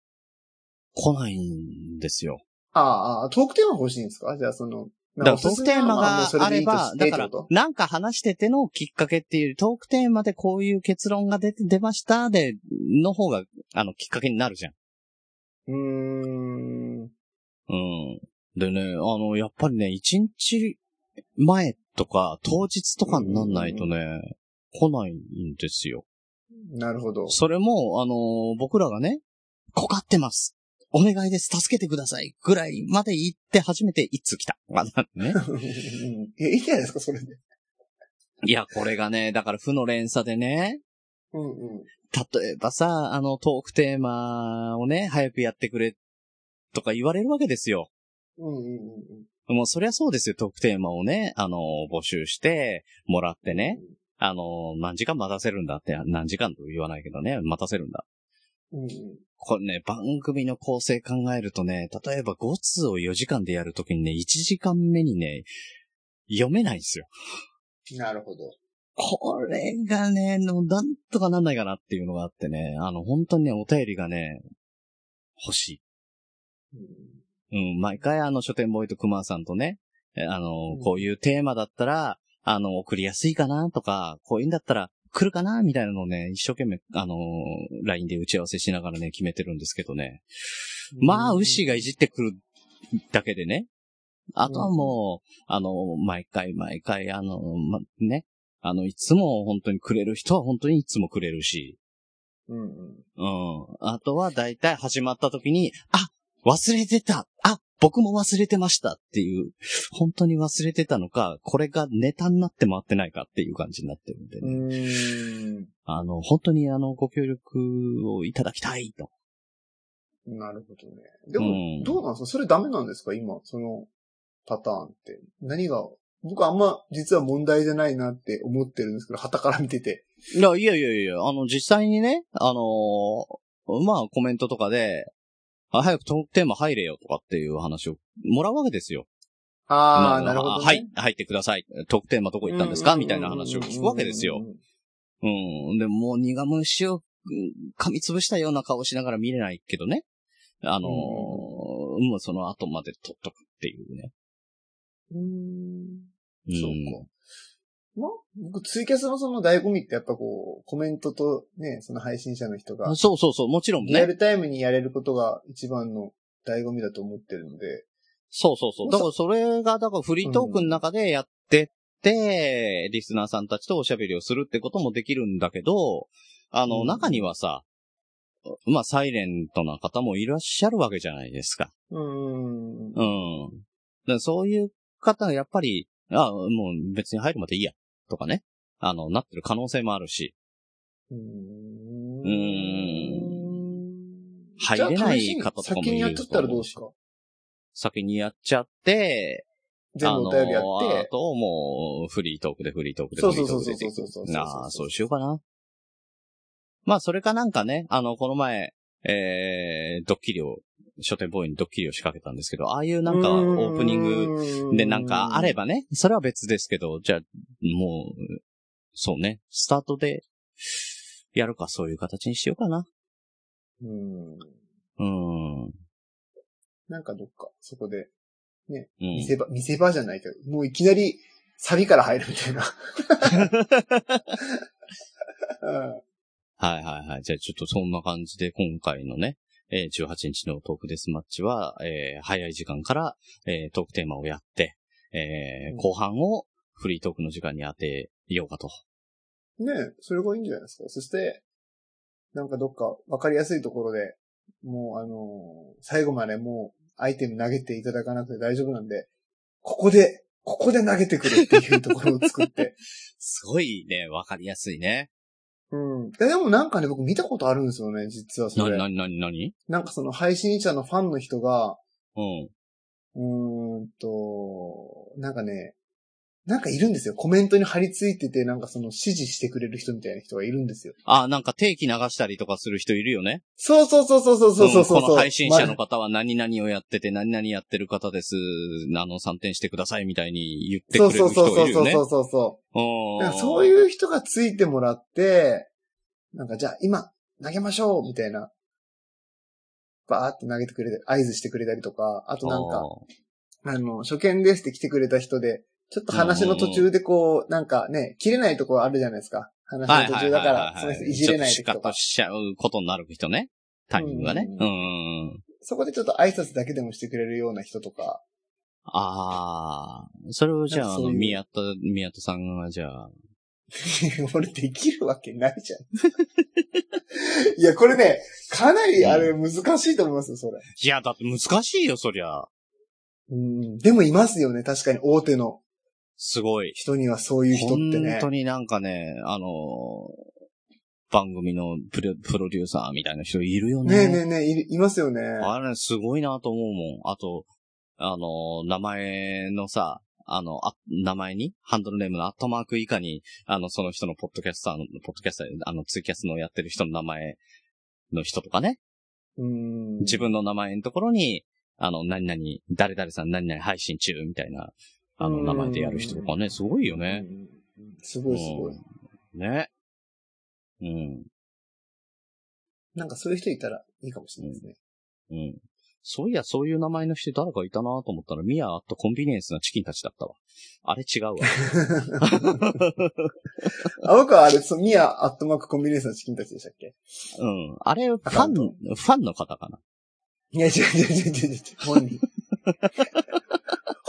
C: 来ないんですよ。
D: ああ、ああ、トークテーマ欲しいんですかじゃあその、
C: だからトークテーマ
D: まあもうそ
C: があ
D: でい
C: れ
D: いと
C: ば、
D: して
C: だか
D: ええ
C: ら
D: ってこ、
C: なんか話しててのきっかけっていう、トークテーマでこういう結論が出て、出ましたで、の方が、あの、きっかけになるじゃん。
D: とうーん。
C: うん。でね、あの、やっぱりね、一日前とか、当日とかになんないとね、来ないんですよ。
D: なるほど。
C: それも、あの、僕らがね、こかってます。お願いです。助けてください。ぐらいまで言って初めて一通来た。まあね。
D: うんいや、いいんじゃないですか、それで。
C: いや、これがね、だから負の連鎖でね、
D: うんうん。
C: 例えばさ、あの、トークテーマをね、早くやってくれ、とか言われるわけですよ。
D: うんうんうんうん。
C: もうそりゃそうですよ、トークテーマをね、あの、募集して、もらってね、あの、何時間待たせるんだって、何時間と言わないけどね、待たせるんだ。
D: うんうん。
C: これね、番組の構成考えるとね、例えば5通を4時間でやるときにね、1時間目にね、読めないんですよ。
D: なるほど。
C: これがね、のなんとかなんないかなっていうのがあってね、あの、本当にね、お便りがね、欲しい。
D: うん
C: うん、毎回あの書店ボーイと熊さんとね、えあの、こういうテーマだったら、あの、送りやすいかなとか、こういうんだったら来るかなみたいなのをね、一生懸命、あの、LINE で打ち合わせしながらね、決めてるんですけどね。まあ、牛がいじってくるだけでね。あとはもう、あの、毎回毎回、あの、ま、ね。あの、いつも本当にくれる人は本当にいつもくれるし。
D: うんう
C: う
D: ん。
C: ん。あとは大体始まった時に、あ、忘れてたあ、僕も忘れてましたっていう、本当に忘れてたのか、これがネタになって回ってないかっていう感じになってるんで
D: う
C: ね。
D: ーん。
C: あの、本当にあの、ご協力をいただきたいと。
D: なるほどね。で
C: う
D: も
C: ん、
D: どうなんですかそれダメなんですか今、そのパターンって。何が、僕あんま実は問題じゃないなって思ってるんですけど、旗から見てて。
C: いや、いやいやいや、あの、実際にね、あのーまあ、コメントとかで、あ早くトークテーマ入れよとかっていう話をもらうわけですよ。ま
D: あ
C: あ
D: あ、なるほど、ね。
C: はい、入ってください。トークテーマどこ行ったんですかみたいな話を聞くわけですよ。。うん。で、もう苦虫をうん噛みつぶしたような顔しながら見れないけどね。あのーもうその後まで撮っとくっていうね。
D: うー
C: う
D: ん。
C: ん
D: そうか。まあ、僕、ツイキャスのその醍醐味ってやっぱこう、コメントとね、その配信者の人が、
C: そうそうそう、もちろん
D: リア
C: ね。
D: ルタイムにやれることが一番の醍醐味だと思ってるので、
C: そうそうそう。だからそれが、だからフリートークの中でやってって、リスナーさんたちとおしゃべりをするってこともできるんだけど、あ
D: う
C: の、
D: ん
C: 中にはさ、まあ、サイレントな方もいらっしゃるわけじゃないですか。
D: うーん。
C: うん。だからそういう方がやっぱり、あもう別に入るまでいいや、とかね。あの、なってる可能性もあるし、
D: うーん
C: うー入
D: じゃあ
C: れない方とかも
D: 先に
C: い
D: やっ
C: る
D: ちゃ
C: と
D: ったらど
C: 思
D: う
C: う
D: し
C: し
D: か。
C: 先にやっちゃって、
D: 全部お便りやっ
C: あのあ
D: て。
C: ともう、フリートークでフリートークで
D: そ
C: フ
D: う
C: リ
D: そ
C: ー
D: う
C: ト
D: そ
C: ー
D: う
C: ク
D: そ
C: でっ
D: う
C: ていう
D: そそうそうそう。
C: ああ、そうしようかな。まあ、それかなんかね、あの、この前、えー、ドッキリを、書店ボーイにドッキリを仕掛けたんですけど、ああいうなんか、オープニング
D: グ
C: で、なんかあれ。ばね、それは別ですけど、じゃあ、もう、そうね、スタートで、やるか、そういう形にしようかな。
D: うん。
C: うーん。う
D: なんかどっか、そこで、見
C: ん。
D: せ場、見せ場じゃないけど、もういきなりサビから入るみたいな。 うん
C: はいはいはい。じゃあ、ちょっとそんな感じで、今回のね、えー18日のトークデスマッチは、えー早い時間から、えートークテーマをやって、えー
D: うん
C: 後半をフリートークの時間に当てようかと。
D: ねえそれがいいんじゃないですか。そして、なんかどっかわかりやすいところで、もうあのー最後までもうアイテム投げていただかなくて大丈夫なんで、ここで、ここで投げてくれっていうところを作 って。
C: すごいね、わかりやすいね。
D: うん。ででもなんかね、僕見たことあるんですよね、実はそ
C: な
D: れ
C: に。なになになに
D: なんかその配信者のファンの人が、
C: うん。
D: うーんと、なんかね、なんかいるんですよ。コメントに貼り付いてて、なんかその指示してくれる人みたいな人がいるんですよ。
C: あ、なんか定期流したりとかする人いるよね。
D: そうそうそうそうそうそうそうそう、
C: んこの配信者の
D: ま
C: 方は何々をやってて、何々やってる方です。あの、参点してくださいみたいに言って
D: そ
C: く
D: う
C: れ
D: そ
C: る
D: うそう
C: 人いる
D: そ
C: よ
D: う
C: ね
D: そ。うそうそうう。
C: ん
D: なんかそういう人がついてもらって、なんかじゃあ今投げましょうみたいな。バーって投げてくれて、合図してくれたりとか、あとなんか、あの、初見ですって来てくれた人で、ちょっと話の途中でこう、なんかね、切れないところあるじゃないですか。話
C: はい
D: の途
C: は
D: 中
C: い
D: だ
C: はいはい
D: か
C: は
D: ら、
C: い
D: その人いじれない
C: ちょっとシ
D: 時と
C: カッと
D: か。
C: しちゃうことになる人ね。他人がね。
D: う
C: うんん。ん
D: そこでちょっと挨拶だけでもしてくれるような人とか。
C: ああ、それをじゃ
D: なん
C: あ、
D: か
C: あ
D: そういう
C: の、宮田、宮田さんがじゃあ、
D: 俺できるわけないじゃ ん。いや、これね、かなりあれ難しいと思いますよ、それ。
C: いや、だって難しいよ、そりゃ。
D: うん。でもいますよね、確かに大手の
C: すごい。
D: 人にはそういう人ってね
C: 本。当になんかね、あのー番組のプロプロデューサーみたいな人いるよ
D: ね
C: ね。
D: えねえねえ、いるいますよね。
C: あれ、すごいなと思うもん。あと、あのー名前のさ、あの、あ、名前に、ハンドルネームのアットマーク以下に、あの、その人のポッドキャスターの、ポッドキャスター、あの、ツイキャスのやってる人の名前の人とかね。
D: うん。
C: 自分の名前のところに、あの、何々、誰々さん何々配信中みたいな、あの、名前でやる人とかね、すごいよね。
D: うん。すごいすごい。
C: うん。ね。うん。
D: なんかそういう人いたらいいかもしれないですね。
C: うん。そういや、そういう名前の人誰かいたなと思ったら、ミアアットコンビニエンスなチキンたちだったわ。あれ違 うわ。
D: あ、僕はあれ、そミアアットマークコンビニエンスのチキンたちでしたっけ
C: うん。あれ、フ
D: カ
C: ァ
D: ウン
C: ン、
D: ト
C: ファンの方かな。
D: いや、違う違う違う違う違う。本人。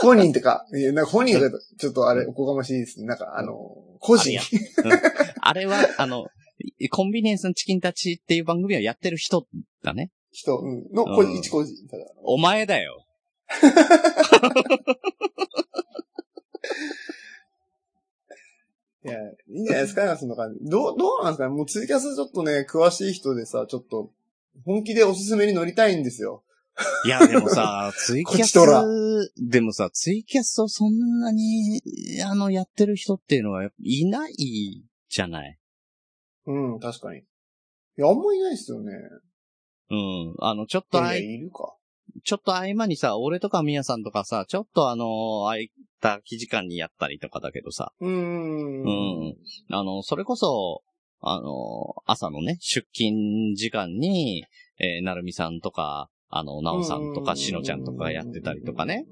D: 本人ってか、いやなんか本人がちょっとあれ、おこがましいですね。なんかあの、個人。
C: あれは、あの、いコンビニエンスのチキンたちっていう番組をやってる人だね。
D: 人、うん、の、個
C: う
D: 人、
C: ん
D: 一個人。ただ。
C: お前だよ。
D: いや、いいんじゃないですか、なんかその感じ。どう、どうなんですかねもうツイキャスちょっとね、詳しい人でさ、ちょっと、本気でおすすめに乗りたいんですよ。
C: いや、でも さ、ツイキャ
D: こちとら
C: ス、でもさ、ツイキャスをそんなに、あの、やってる人っていうのはやっぱいないじゃない。
D: うん、確かに。いや、あんまいないですよね。
C: うん。あの、ちょっ
D: い
C: と
D: や
C: あい
D: いやいるか。
C: ちょっと合間にさ、俺とかみやさんとかさ、ちょっとあのー空いた空き時間にやったりとかだけどさ、
D: うーん。
C: うん。あの、それこそ、あのー朝のね、出勤時間に、えーなるみさんとか、あの、なおさんとか、しのちゃんとかやってたりとかね。。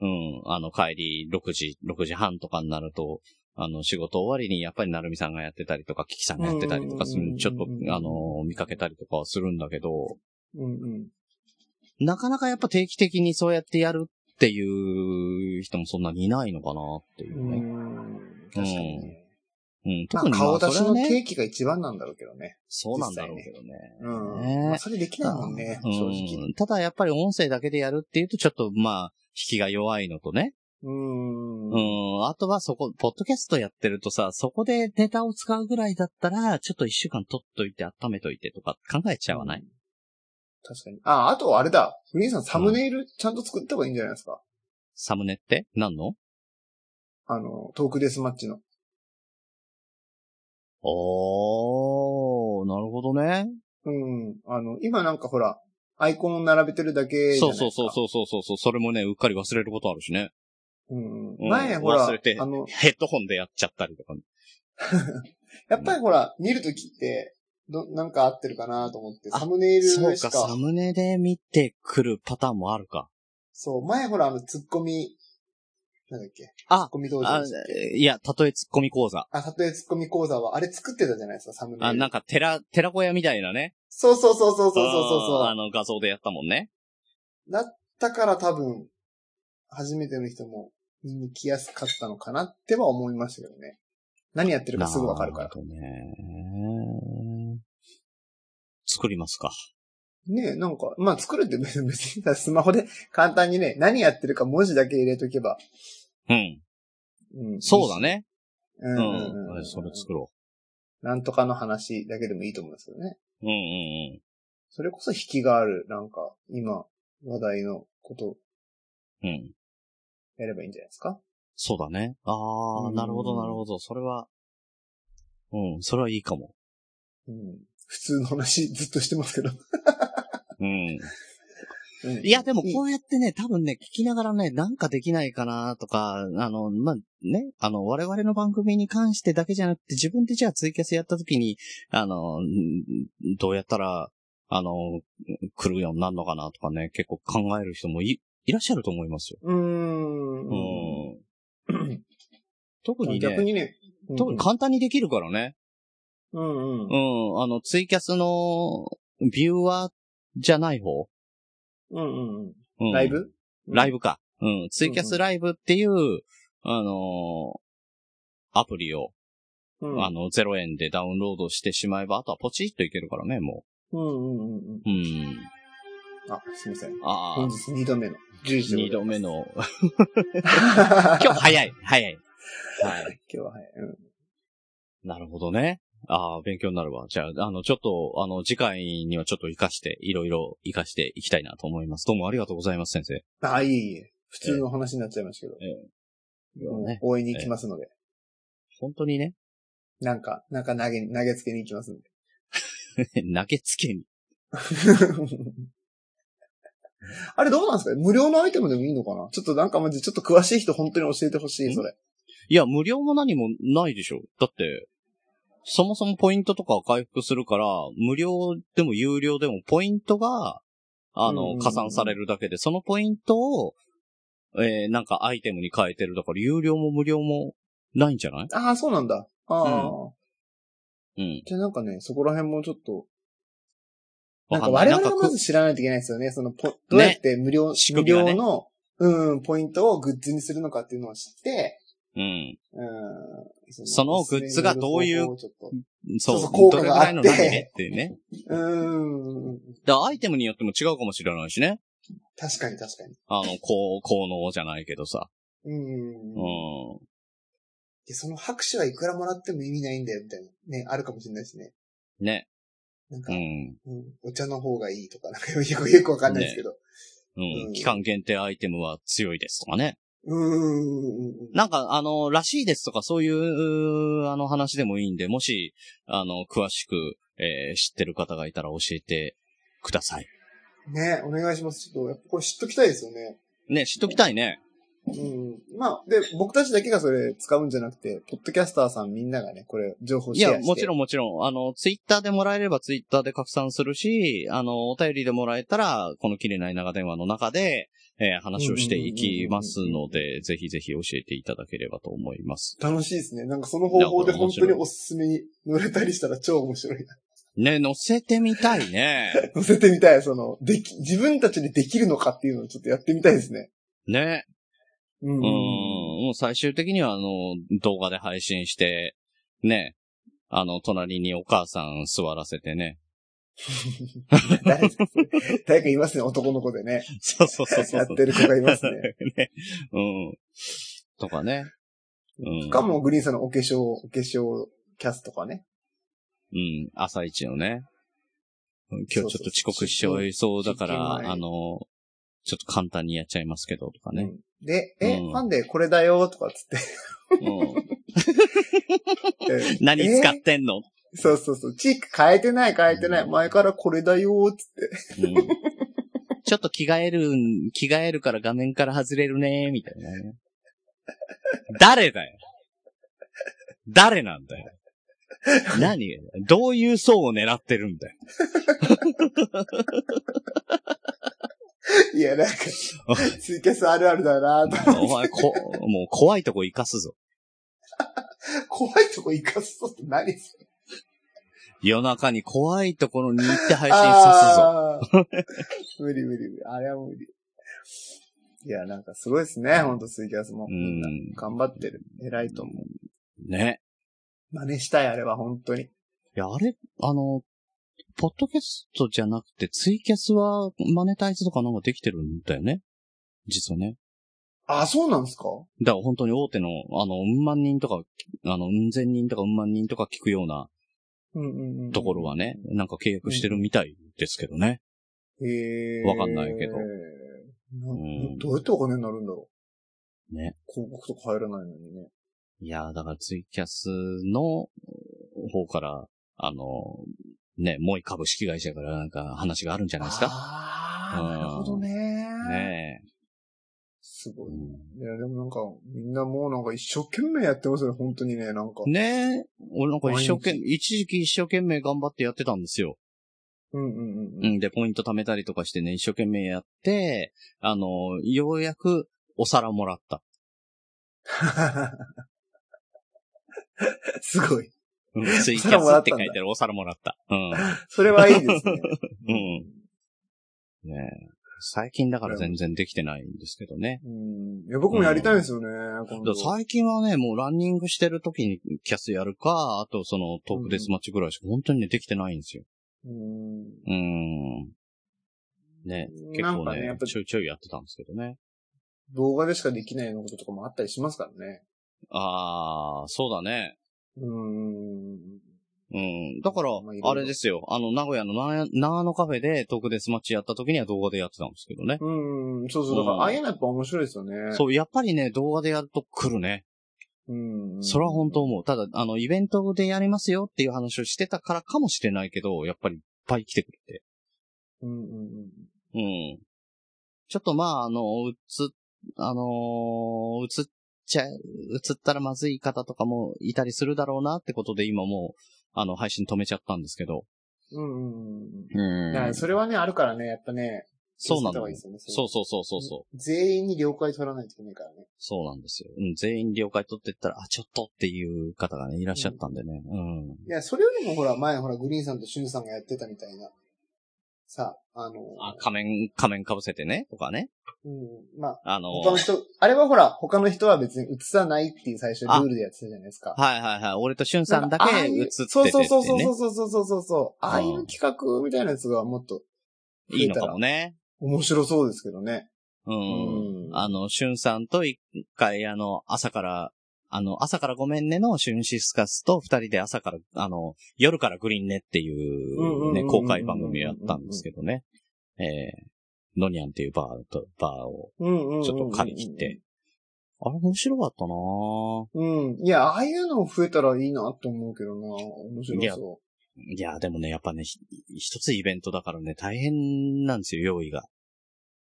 C: うん。あの、帰り6時、6時半とかになると、あの、仕事終わりにやっぱりなるみさんがやってたりとか、キキさんがやってたりとかす
D: うん
C: る、ちょっと、あのー見かけたりとかはするんだけど、
D: うんうん。
C: なかなかやっぱ定期的にそうやってやるっていう人もそんなにいないのかなっていううね。
D: ん。確かにね。
C: うん、
D: ま
C: 特に
D: あ、
C: まあ
D: 顔出しの
C: それはね
D: ケーキが一番なんだろうけどね。
C: そうなんだろうけどね。
D: うん。
C: ね
D: まあ、それできないもんね、正直。
C: うんただやっぱり音声だけでやるっていうとちょっとまあ、引きが弱いのとね。
D: うーん。
C: う
D: うん
C: ん、あとはそこ、ポッドキャストやってるとさ、そこでネタを使うぐらいだったら、ちょっと一週間取っといて温めといてとか考えちゃわない、
D: 確かに。あ、あとあれだ。フリーさん、サムネイルちゃんと作った方がいいんじゃないですか。
C: サムネって何の
D: あの、トークデスマッチの。
C: おー、なるほどね。
D: うん。あの、今なんかほら、アイコンを並べてるだけじゃ
C: そ
D: な
C: う
D: いです
C: そ
D: か。
C: うそうそうそうそう、それもね、うっかり忘れることあるしね。
D: う。うん。
C: うん
D: 前ほら、
C: 忘れて
D: あの、
C: ヘッドホンでやっちゃったりとか。
D: やっぱりほら、見るときって、ど、なんか合ってるかなと思って、サムネイルし
C: そう
D: か
C: か、。サムネで見てくるパターンもあるか。
D: そう、前ほら、あの、ツッコミ、なんだっけ。ツッ
C: あ、
D: コミ道場
C: あ
D: でしたっけ
C: いや、たとえツッコミ講座。
D: あ、たとえツッコミ講座は、あれ作ってたじゃないですか、サムネイル。
C: あ、なんか、寺、寺小屋みたいなね。
D: そうそうそうそうそうそう
C: あーあ
D: そ
C: の、画像でやったもんね。
D: う。だったから多分、初めての人も見に来やすかったのかなっては思いましたけどね。何やってるかすぐわかるから
C: な。ほどね。作りますか。
D: ねえ、なんか、まあ作るって別に 別にさ、スマホで簡単にね、何やってるか文字だけ入れとけば。
C: うん。
D: うん、
C: そうだね。
D: う
C: うん
D: うんん。う
C: はい
D: ん。
C: それ作ろ
D: なんとかの話だけでもいいと思うんですけどね。
C: う。うんうん
D: それこそ引きがある、なんか、今、話題のこと
C: うん。うん。
D: やればいいんじゃないですか
C: そうだね。あ
D: う
C: ー、
D: ん
C: なるほどなるほど。それは、うん、それはいいかも。
D: うん。普通の話ずっとしてますけど。
C: うん。
D: うん
C: いや、でもこうやってね、多分ね、聞きながらね、なんかできないかなとか、あの、まあ、ね、あの、我々の番組に関してだけじゃなくて、自分でじゃあツイキャスやった時に、あの、んどうやったら、あの、来るようになるのかなとかね、結構考える人もい、いらっしゃると思いますよ。
D: うーん。
C: うん。特にね、
D: 逆にね、うん
C: 特に簡単にできるからね。
D: うんうん
C: う。ん、あの、ツイキャスの、ビューワーじゃない方、
D: うんうんうん。
C: うん、
D: ライブ
C: ライブか。うん。ツイキャスライブっていう、あのーアプリを、
D: うん。
C: あの、0円でダウンロードしてしまえば、あとはポチッといけるからね、も
D: うんうんうんうん。
C: う。うん。
D: あ、すみません。
C: ああ
D: 本、日2度目の10時で
C: 二
D: ござ
C: 度
D: いま
C: 目
D: す。
C: の、
D: 今
C: 今日早い、早い。はい。
D: 今日ははい。うん
C: なるほどね。ああ、勉強になるわ。じゃあ、あの、ちょっと、あの、次回にはちょっと活かして、いろいろ活かしていきたいなと思います。どうもありがとうございます、先生。
D: あ、いえいえ。普通の話になっちゃいましたけど。もう
C: ね
D: 応援に行きますので。
C: 本当にね、
D: なんか、なんか投げ、投げつけに行きますんで。
C: 投げつけに。
D: あれどうなんですか無料のアイテムでもいいのかなちょっとなんかマジ、ちょっと詳しい人本当に教えてほしい、それ。
C: いや、無料も何もないでしょ。だって、そもそもポイントとかは回復するから、無料でも有料でもポイントが、あ
D: うんうんう
C: の、
D: ん
C: 加算されるだけで、そのポイントを、えー、なんかアイテムに変えてる。だから、有料も無料もないんじゃない
D: ああ、そうなんだ。ああ、
C: うん。
D: じゃあなんかね、そこら辺もちょっと、な
C: わ
D: ん
C: か
D: か
C: んな
D: 我
C: い。
D: 々
C: なん
D: が
C: か
D: ま
C: く
D: ず知らないといけないですよね。そのポ、どうやって無料、
C: 仕
D: 無
C: 組みがね
D: 料の、うん、ポイントをグッズにするのかっていうのを知って、
C: うん。
D: うん、そ
C: そのグッズがどういう
D: おすすめの情
C: そ
D: 報をちょっそうそう
C: う、ど
D: 効果
C: れぐ
D: があっ
C: ら
D: て
C: いの何でっていうね。
D: とうん、
C: だからアイテムによっても違うかもしれないしね。
D: 確かに確かに。
C: あの、こう、効能じゃないけどさ。
D: うん。
C: うん。
D: で、その拍手はいくらもらっても意味ないんだよ、みたいな。ね、あるかもしれないしね。
C: ね。
D: なんか
C: う、ん。
D: うん、お茶の方がいいとか、なんかよくよくわかんないですけど。
C: う
D: うん
C: ん。期間限定アイテムは強いですとかね。
D: うん。
C: なんか、あの、らしいですとか、そういううー、あの話でもいいんで、もし、あの、詳しく、えー知ってる方がいたら教えてください。
D: ね、お願いします。ちょっと、やっぱこれ知っときたいですよね。
C: ね、知っときたいね。
D: うん。まあ、で、僕たちだけがそれ使うんじゃなくて、ポッドキャスターさんみんながね、これ、情報
C: い
D: シェアして。
C: や、もちろんもちろん、あの、ツイッターでもらえればツイッターで拡散するし、あの、お便りでもらえたら、この切れない長電話の中で、えー話をしていきますので、ぜひぜひ教えていただければと思います。
D: 楽しいですね。なんかその方法で本当におすすめに乗れたりしたら超面白いな。
C: ね、乗せてみたいね。
D: 乗せてみたい。その、でき、自分たちでできるのかっていうのをちょっとやってみたいですね。
C: ね。
D: う
C: うん。もう最終的には、あの、動画で配信して、ね、あの、隣にお母さん座らせて ね。
D: 誰ですかそれ誰かいますね、男の子でね。
C: そうそうそうそう。
D: やってる子がいますね。
C: ね。うん。とかね。うん
D: しかも、グリーンさんのお化粧、お化粧キャスとかね。
C: うん。朝一のね。うん今日ちょっと遅刻しちゃいそうだか
D: そうそうそう
C: ら、あの、ちょっと簡単にやっちゃいますけど、とかね。
D: うんで、え、
C: うん
D: ファンでこれだよ、とかっつっ
C: うん。
D: て。
C: 何
D: えー
C: 使ってんの、
D: そうそうそう。チーク変えてない変えてない。
C: うん
D: 前からこれだよーっつって。
C: うん、ちょっと着替えるん、着替えるから画面から外れるね、みたいなね。誰だよ誰なんだよ何どういう層を狙ってるんだよ
D: いや、なんか、ツイキャスあるあるだなーと。
C: お前、こ、もう怖いとこ生かすぞ。
D: 怖いとこ行かすぞって何する
C: 夜中に怖いところに行って配信さすぞ。
D: あー無理無理無理。あれは無理。いや、なんかすごいですね。ほんとツイキャスも。
C: うん
D: 頑張ってる。偉いと思う。
C: ね。
D: 真似したい、あれは本当に。
C: いや、あれ、あの、ポッドキャストじゃなくて、ツイキャスはマネタイズとかなんかできてるんだよね。実はね。
D: あ、そうなんですか
C: だから本当に大手の、あの、うん万人とか、あの、うん千人とかうん万人とか聞くような
D: うんうんうん。
C: ところはね、なんか契約してるみたいですけどね。
D: へえ。
C: わかんないけど
D: な
C: うん
D: どうやってお金になるんだろう。
C: ね。
D: 広告とか入らないのにね。
C: いやー、だからツイキャスの方から、あの、ね、もう一株式会社からなんか話があるんじゃないですか
D: あ
C: うん
D: あ、なるほどね。
C: ね
D: すご
C: え
D: い。いや、でもなんか、みんなもうなんか一生懸命やってますね、本当にね、なんか。
C: ねえ、俺なんか一生懸命、一時期一生懸命頑張ってやってたんですよ。
D: うんうんうん。
C: うん、で、ポイント貯めたりとかしてね、一生懸命やって、あの、ようやくお皿もらった。
D: すごい。
C: うんツイキャスって書いてあるお皿もらった。うん。
D: それはいいです ね。
C: ねえ最近だから全然できてないんですけどね。
D: うん。いや、僕もやりたいんですよね、今
C: だ
D: 度。
C: から最近はね、もうランニングしてる時にキャスやるか、あとそのトークデスマッチぐらいしか本当にね、できてないんですよ。
D: うん。
C: うーん。ね、結
D: なん
C: 構
D: かね、や
C: ね
D: っぱ、
C: ちょいちょいやってたんですけどね。
D: 動画でしかできないようなこととかもあったりしますからね。
C: あー、そうだね。
D: うん。
C: うん。だから
D: まあいろい、ろ
C: あれですよ。あの、名古屋のな長野カフェでトークデスマッチやった時には動画でやってたんですけどね。
D: うん。そうそう。だか
C: うん
D: ら、ああいうのやっぱ面白いですよね。
C: そう、やっぱりね、動画でやると来るね。
D: う。うん。
C: それは本当思う。ただ、あの、イベントでやりますよっていう話をしてたからかもしれないけど、やっぱりいっぱい来てくれて。
D: うんうんうん。
C: うん。ちょっとまあ、あの、うつ、あのー、うつっちゃ、うつったらまずい方とかもいたりするだろうなってことで今もう、あの、配信止めちゃったんですけど。
D: うんうんうん
C: う
D: うん。だから
C: ん。
D: それはね、あるからね、やっぱね、
C: そうなんだ
D: 気をつけた方がいいですよね
C: そうそうそうそうそう。
D: 全員に了解取らないといけないからね。
C: そうなんですよ。うん、全員了解取ってったら、あ、ちょっとっていう方がね、いらっしゃったんでね。うん。
D: いや、それよりもほら、前ほら、グリーンさんとシュンさんがやってたみたいな。さ、あの、
C: あ、仮面、仮面かぶせてね、とかね。
D: うん、まあ、
C: あのー
D: 他の人、あれはほら、他の人は別に映さないっていう最初ルールでやってたじゃないですか。
C: はいはいはい。俺としゅんさんだ
D: なんかあ
C: け
D: あい
C: 映って
D: う
C: てって、
D: そう
C: ね。
D: そうそうそうそうそうそうそうそう。ああいう企画みたいなやつがもっと
C: いいのかもね。
D: 面白そうですけどね。
C: う。
D: うん
C: あの、しゅんさんと一回、あの、朝から、あの、朝からごめんねのシュンシスカスと二人で朝から、あの、夜からグリーンねってい
D: うんうんうん
C: う
D: うんう
C: ね、
D: ん
C: 公開番組をやったんですけどね。えー、ノニャンっていうバーと、バーを。
D: うんうんうん
C: ちょっと借り切って。あれ面白かったなぁ。
D: うん。いや、ああいうの増えたらいいなと思うけどな。面白そ
C: いや、でもね、やっぱね、ひ一つイベントだからね、大変なんですよ、用意が。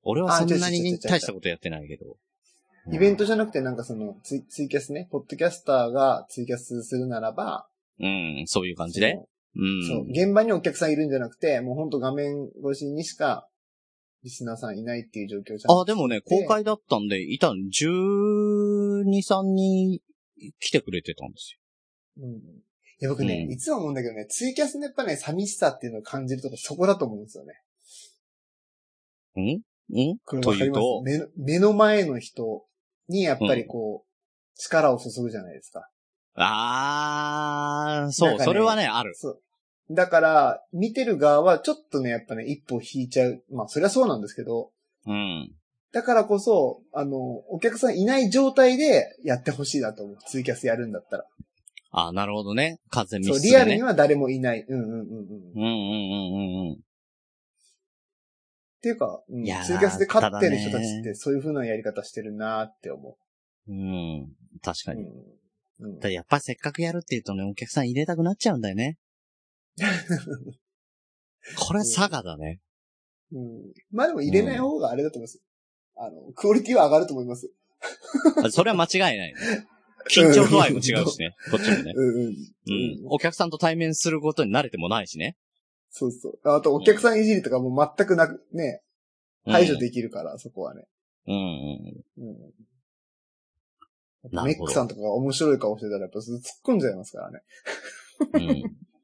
C: 俺はそんな
D: あ違う違う違う違
C: に
D: う
C: 大したことやってないけど。
D: う。イベン
C: ト
D: トじゃなくてなんかそのツイ、ツイキャスね、ポッドキャスターがツイキャスするならば、
C: うん、そういう感じで。うん。
D: そう、現場にお客さんいるんじゃなくて、もうほんと画面越しにしか、リスナーさんいないっていう状況じゃん。
C: あ、でもね、公開だったんで、いたん、12、3人来てくれてたんです
D: うん。いや、僕ね、
C: うん
D: いつも思うんだけどね、ツイキャスのやっぱね、寂しさっていうのを感じるとこそこだと思うんですよね。
C: よ。ん
D: こ
C: ん
D: れ
C: と
D: わか
C: い
D: り
C: う
D: ま
C: と
D: す、目の目の前の人にやっぱりこう、力を注ぐじゃないですか。
C: あー、そ
D: な
C: う、
D: んかね
C: それはね、ある。
D: そう。だから、見てる側はちょっとね、やっぱね、一歩引いちゃう。まあ、そりゃそうなんですけど、
C: うん。
D: だからこそ、あの、お客さんいない状態でやってほしいなと思う。ツイキャスやるんだったら。
C: あなるほどね。完全密
D: そう、
C: 室
D: リ
C: で
D: アルに
C: ね。
D: は誰もいない。うんうんうんう
C: う
D: ん。っ
C: んうんうんうんうん。
D: ていうか、うん、
C: いやー
D: ツイキャスで勝ってる人
C: ただ
D: た
C: ね
D: ちってそういう風なやり方してるなーって思
C: うん。確
D: う。
C: かに。
D: うんうん
C: ただやっぱりせっかくやるって言うとね、お客さん入れたくなっちゃうんだよ ね。これ佐賀だ ね。
D: うん、まあでも入れない方があれだと思います。あの、クオリティは上がると思います。
C: あそれは間違いない、ね。緊張度合いも違うしね。こっちもね。
D: うんう
C: う
D: ん。
C: ん。お客さんと対面することに慣れてもないしね。
D: そうそう。あと、お客さんいじりとかも全くなく、ね、
C: うん
D: 排除できるから、そこはね。
C: うんうん。
D: うん。
C: な
D: メ
C: る
D: ッ
C: ほど
D: クさんとかが面白い顔してたら、やっぱ突っ込んじゃいますからね。
C: うん。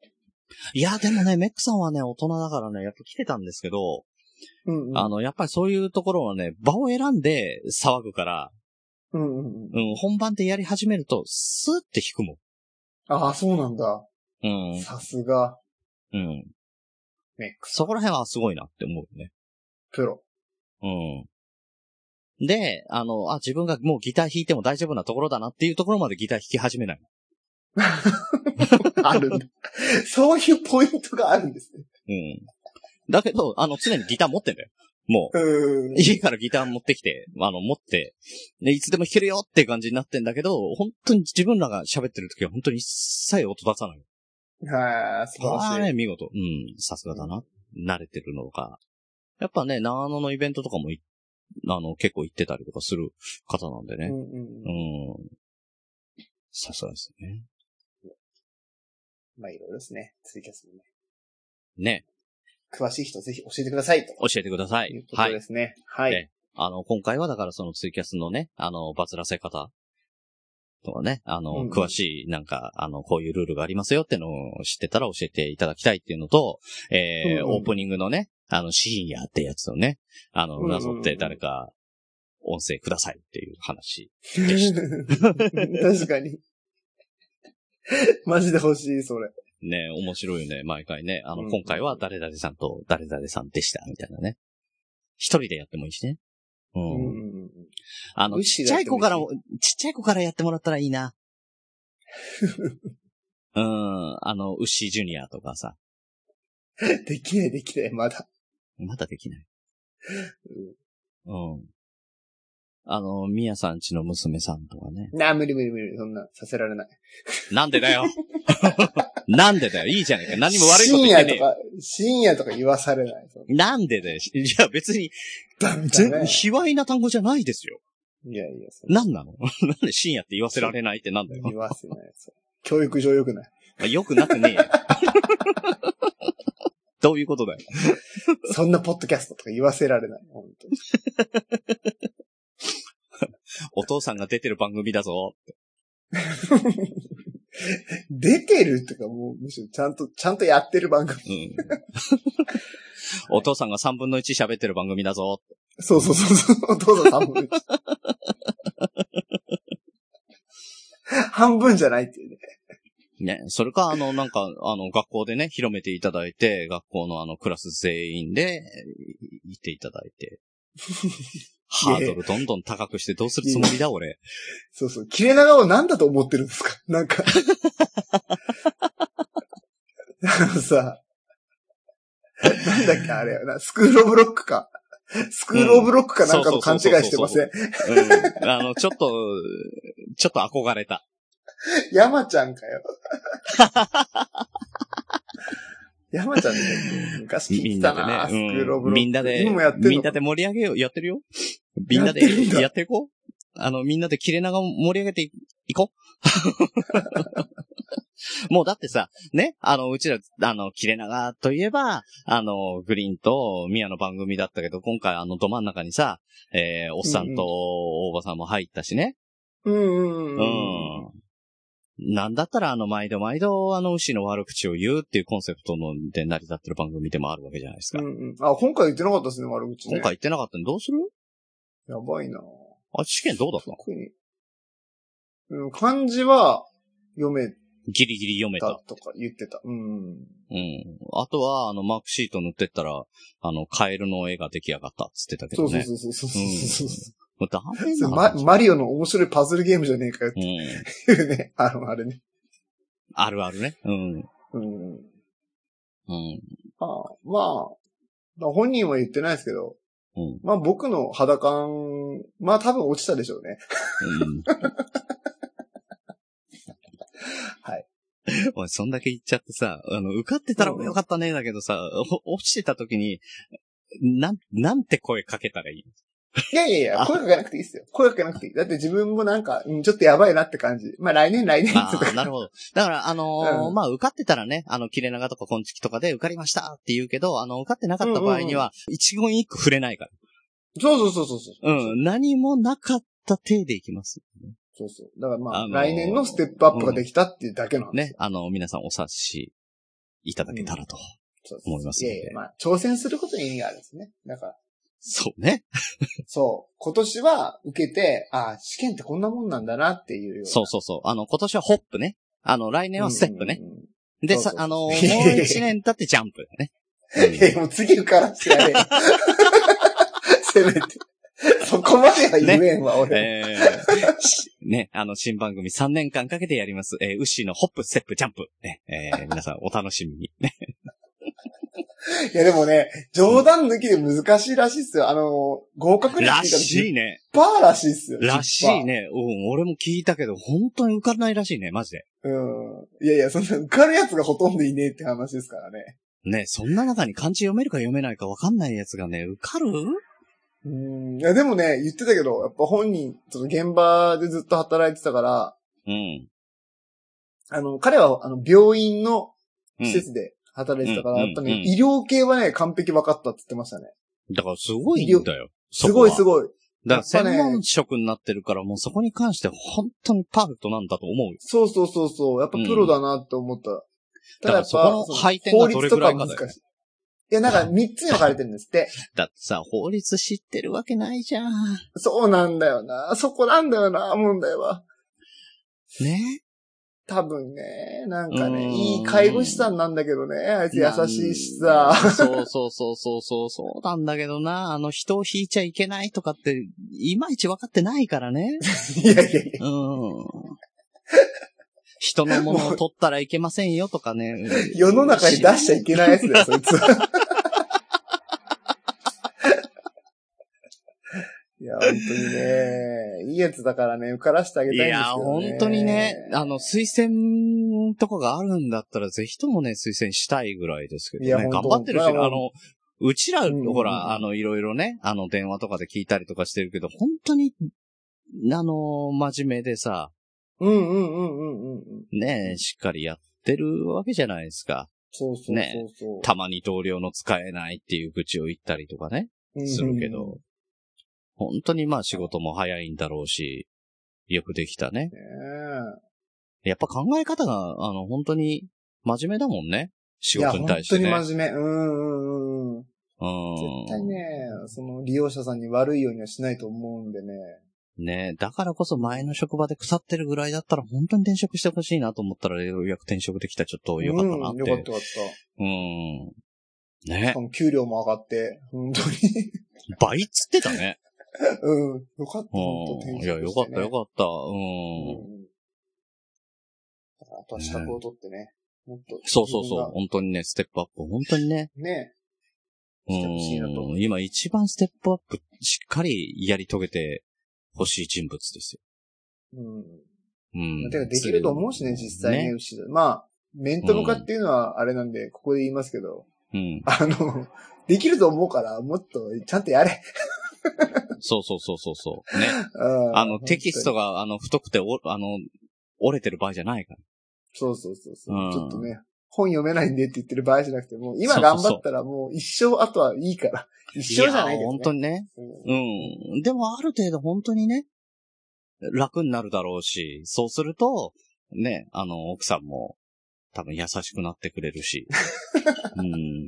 C: いや、でもね、メックさんはね、大人だからね、やっぱ来てたんですけど、
D: うんうん。
C: あの、やっぱりそういうところはね、場を選んで騒ぐから、
D: うんうんうん。
C: うん、本番でやり始めると、スーって引くも
D: ああ、そうなんだ。
C: ん。
D: さすが。
C: うん。うん。
D: メックス。
C: そこら辺はすごいなって思うね。
D: プロ。
C: うん。で、あの、あ、自分がもうギター弾いても大丈夫なところだなっていうところまでギター弾き始めない。
D: あるんだ。 そういうポイントがあるんですね。
C: うん。だけど、あの、常にギター持ってんだよ。もう、
D: うーん。
C: 家からギター持ってきて、あの、持って、で、いつでも弾けるよって感じになってんだけど、本当に自分らが喋ってる時は本当に一切音出さない。
D: はい、素晴
C: あ
D: らし
C: れ、
D: い。
C: 見事。うん、さすがだな。慣れてるのか。やっぱね、長野のイベントとかもい、あの、結構行ってたりとかする方なんで
D: う
C: ね。
D: んうん
C: う
D: うん
C: ん。さすがですね。
D: まあいろいろですね。ツイキャスも
C: ね、
D: ね。詳しい人ぜひ教えてくださいと。
C: 教えてくださ
D: いう
C: い。
D: こ
C: は
D: と
C: い
D: で。すね。はい。
C: えあの、今回はだからそのツイキャスのね、あの、バズらせ方とかね、あの、
D: うんうん
C: 詳しいなんか、あの、こういうルールがありますよってのを知ってたら教えていただきたいっていうのと、えー
D: うんうん
C: オープニングのね、あの、シーンやってやつをね、あの、なぞって誰か、音声くださいっていう話。
D: 確かに。マジで欲しい、それ。
C: ね、 面白いよね、毎回ね。あ
D: うん
C: の、
D: うん
C: 今回は誰々さんと誰々さんでした、みたいなね。一人でやってもいいしね。う
D: うん
C: ん。
D: うんうん
C: あの、
D: ウッ
C: ち
D: シー
C: っ
D: が
C: ち
D: や
C: ゃ
D: っ
C: い
D: ても
C: 子
D: いいし
C: からも、ちっちゃい子からやってもらったらいい な。うん、あの、ウッシージュニアとかさ、
D: できない、できない、まだ。
C: まだできない。うん。あの、ミヤさんちの娘さんとかね。
D: なあ、無理無理無理、そんな、させられない。
C: なんでだ よなんでだよいいじゃないか。何も悪いこと
D: 深
C: 言ってね
D: 夜と
C: えよ。
D: か、深夜とか言わされない。そん
C: なんでだよいや、別に、
D: なダメだ
C: 全
D: ね。
C: 卑猥な単語じゃないですよ。
D: いやいや、そん
C: なんなの なんで深夜って言わせられないってなんだよ
D: 言。わせない。それ教育上良くない。
C: まあよくなく ねえよ。どういうことだよ。
D: そんなポッドキャストとか言わせられない。本当に
C: お父さんが出てる番組だぞ。
D: 出てるとか、もう、むしろちゃんと、ちゃんとやってる番組。
C: うん。お父さんが3分の1喋ってる番組だぞ。
D: そうそうそうそう、お父さん半分。半分じゃないっていうね。
C: ね。それか、あの、なんか、あの、学校でね、広めていただいて、学校のあの、クラス全員で、いいていただいて。ハードルどんどん高くしてどうするつもりだ、俺。
D: そうそう。切れ長を何だと思ってるんですか なんか。あのさ、なんだっけあれよな、スクールオブロックか。スクールオブロックかなんか
C: う
D: の
C: ん
D: 勘違いしてませ
C: そ
D: ん。
C: うん。あの、ちょっと、ちょっと憧れた。
D: 山ちゃんかよ。 山ちゃんね、昔聞
C: み
D: い
C: ん
D: て
C: な
D: た
C: で
D: な、
C: ね
D: スクールオ
C: う
D: ブ
C: ん。
D: ロック。
C: みんなで
D: 今もやっ、てる
C: みんなで盛り上げよう。やってるよ。みん
D: や
C: な
D: ってるんだ
C: で、やっていこう。あの、みんなで切れ長を盛り上げていいこう。 もうだってさ、ね、あの、うちら、あの、切れ長といえば、あの、グリーンとミヤの番組だったけど、今回あの、ど真ん中にさ、えー、おっさんとおばさんも入ったしね。
D: うんうん
C: う
D: うん。
C: ん。なんだったら、あの、毎度毎度、あの、牛の悪口を言うっていうコンセプトので成り立ってる番組でもあるわけじゃないですか
D: う。んうん、あ、今回言ってなかったですね、悪口ね。
C: 今回言ってなかったのどうする
D: やばいな
C: あ、試験どうだったの
D: 特に。うん、漢字は読め
C: ギリギリ読め
D: た
C: た。
D: とか言ってた。うん。
C: うん。あとは、あの、マークシート塗ってったら、あの、カエルの絵が出来上がったっつってたけ
D: そ
C: ど
D: うそう
C: ね。
D: そうそうそうそう
C: もうダメ
D: そ
C: な
D: う、
C: の
D: まマリオの面白いパズルゲームじゃねえかよ
C: う
D: って
C: ん。
D: いうね。 あの、あれね。
C: あるあるね。うん。
D: うん。
C: うん。
D: まあ、まあ、本人は言ってないですけど、
C: うん。
D: まあ僕の肌感、まあ多分落ちたでしょうね。
C: うん。
D: はい。
C: おい、そんだけ言っちゃってさ、あの、受かってたらよかったね、だけどさ、お落ちてた時に、なん、なんて声かけたらいい
D: いやいやいや、
C: あ
D: 声かけなくていいですよ。声かけなくていい。だって自分もなんか、うん、ちょっとやばいなって感じ。まあ来年来年と
C: あ
D: か
C: あ、なるほど。だから、あのー
D: うん
C: まあ、受かってたらね、あの、切れ長とか昆虫とかで受かりましたって言うけど、あの、受かってなかった場合には、一言一句触れないか
D: そうそうそうそうそう。
C: ら。うん、何もなかった体でいきます。
D: そうそう。だからまあ、
C: あのー
D: 来年のステップアップができたっていうだけの話。
C: ね、あの、皆さんお察しいただけたらと。
D: そう
C: 思います
D: い
C: ね
D: やいや、まあ、挑戦することに意味があるんですね。だから、
C: そうね。
D: そう、今年は受けて、ああ、試験ってこんなもんなんだなっていうような。
C: そうそうそう。あの、今年はホップね。あの、来年はステップね。
D: うんうんうん。
C: で、
D: そう
C: さ
D: そう、
C: あのー、もう
D: そうそう
C: 一年経ってジャンプだね。
D: え、もう次受からしてやれよ。 せめて。そこまでは言えんわ、俺。
C: えーしね、あの、新番組3年間かけてやります。えー、ウッシーのホップ、ステップ、ジャンプ。ね、えー皆さんお楽しみに。ね
D: いや、でもね、冗談抜きで難しいらしいっすよ。あの、合格率
C: ら
D: 聞
C: し
D: い
C: いね。
D: たら10%らしいっすよ。
C: らしいね。うん、俺も聞いたけど、本当に受かんないらしいね、マジで。
D: 10%。うん。いやいや、そんな受かるやつがほとんどいねえって話ですからね。
C: ね、そんな中に漢字読めるか読めないか分かんないやつがね、受かる
D: うん。いや、でもね、言ってたけど、やっぱ本人、その現場でずっと働いてたから、
C: うん。
D: あの、彼は、あの、病院の
C: う
D: 施
C: ん。
D: 設で働いてたから、
C: うん
D: やっぱね、
C: うん
D: 医療系はね、完璧分かったって言ってましたね。
C: だからすごいんだよ。
D: すごいす
C: い。
D: ごい。
C: だから
D: やっぱね
C: 専門職になってるから、もうそこに関しては本当にパーフェクトなんだと思うよ。
D: そうそうそうそう。やっぱプロだなって思った。
C: だからそこの配点がどれくらいかだよね
D: 法律と難しい。いや、なんか3つに分かれてるんです って。
C: だってさ、法律知ってるわけないじゃん。
D: そうなんだよな。そこなんだよな、問題は。
C: ね
D: 多分ね、なんか
C: うーん
D: ね、いい介護士さんなんだけどね、あいつ優しいしさ。
C: なんそうそうそうそうそう、そうなんだけどな。あの、人を引いちゃいけないとかって、いまいち分かってないからね。
D: いやいやいや。
C: うん。人のものを取ったらいけませんよとかね。
D: 世の中に出しちゃいけないやつだよ、そいつは。いや、本当にね、いいやつだからね、受からしてあげたいん
C: い
D: です
C: や、
D: けどね。
C: 本当にね、あの、推薦とかがあるんだったら、ぜひともね、推薦したいぐらいですけど
D: いや
C: ね。
D: 本
C: 頑
D: 当
C: 張ってるし、あ
D: いや
C: の、うちら、
D: うん
C: ほら、あの、いろいろね、あの、電話とかで聞いたりとかしてるけど、本当に、あの、真面目でさ、
D: うんうんうんうんうんうん。
C: ね、しっかりやってるわけじゃないですか。
D: そうそうそう
C: ね
D: そう。
C: たまに同僚の使えないっていう愚痴を言ったりとかね、
D: うんうん
C: するけど、本当にまあ仕事も早いんだろうし、よくできたね。
D: ねえ
C: やっぱ考え方が、あの、本当に真面目だもんね。仕事に対してね。
D: いや、本当に真面目。うんうんうんうん。絶対
C: う
D: ね、その利用者さんに悪いようにはしないと思うんでね。
C: ん。ねだからこそ前の職場で腐ってるぐらいだったら本当に転職してほしいなと思ったら、ようやく転職できたちょっと良かったなっ。
D: うん、よかってたよかっ
C: う
D: た。
C: ん。
D: し
C: ね
D: かも給料も上がって、本当に。
C: 倍っつってたね。
D: うん、よかっ
C: う
D: た、本当
C: ん。いや、よかったよ
D: っ
C: かった。
D: た
C: うん。
D: だからあとは資格を取ってね。もっと。
C: そうそうそう。
D: う。
C: 本当にね、ステップアップ。本当にね。
D: ね
C: う。
D: してほしいなと思うん
C: 今一番ステップアップ、しっかりやり遂げてほしい人物ですよ。
D: う
C: う
D: ん。
C: ん。
D: てか、できると思うしね、実際ね、
C: ね
D: 牛田まあ、面と向かっていうのはあれなんで、ここで言いますけど、
C: うん。
D: あの、できると思うから、もっとちゃんとやれ。
C: そうそうそうそうそう。 ね。
D: うん
C: あの、テキスト。が、あの、太くて、お、あの、折れてる場合じゃないから。
D: そうそうそうそう、
C: うん
D: ちょっとね、本読めないんでって言ってる場合じゃなくて、もう今頑張ったらもう一生、あとはいいから。一生じゃないけ
C: や
D: ど、ね。
C: 本当
D: に。
C: にね。うん。でも、ある程度本当にね、楽になるだろうし、そうすると、ね、あの、奥さんも、多分優しくなってくれる し。うん。
D: うん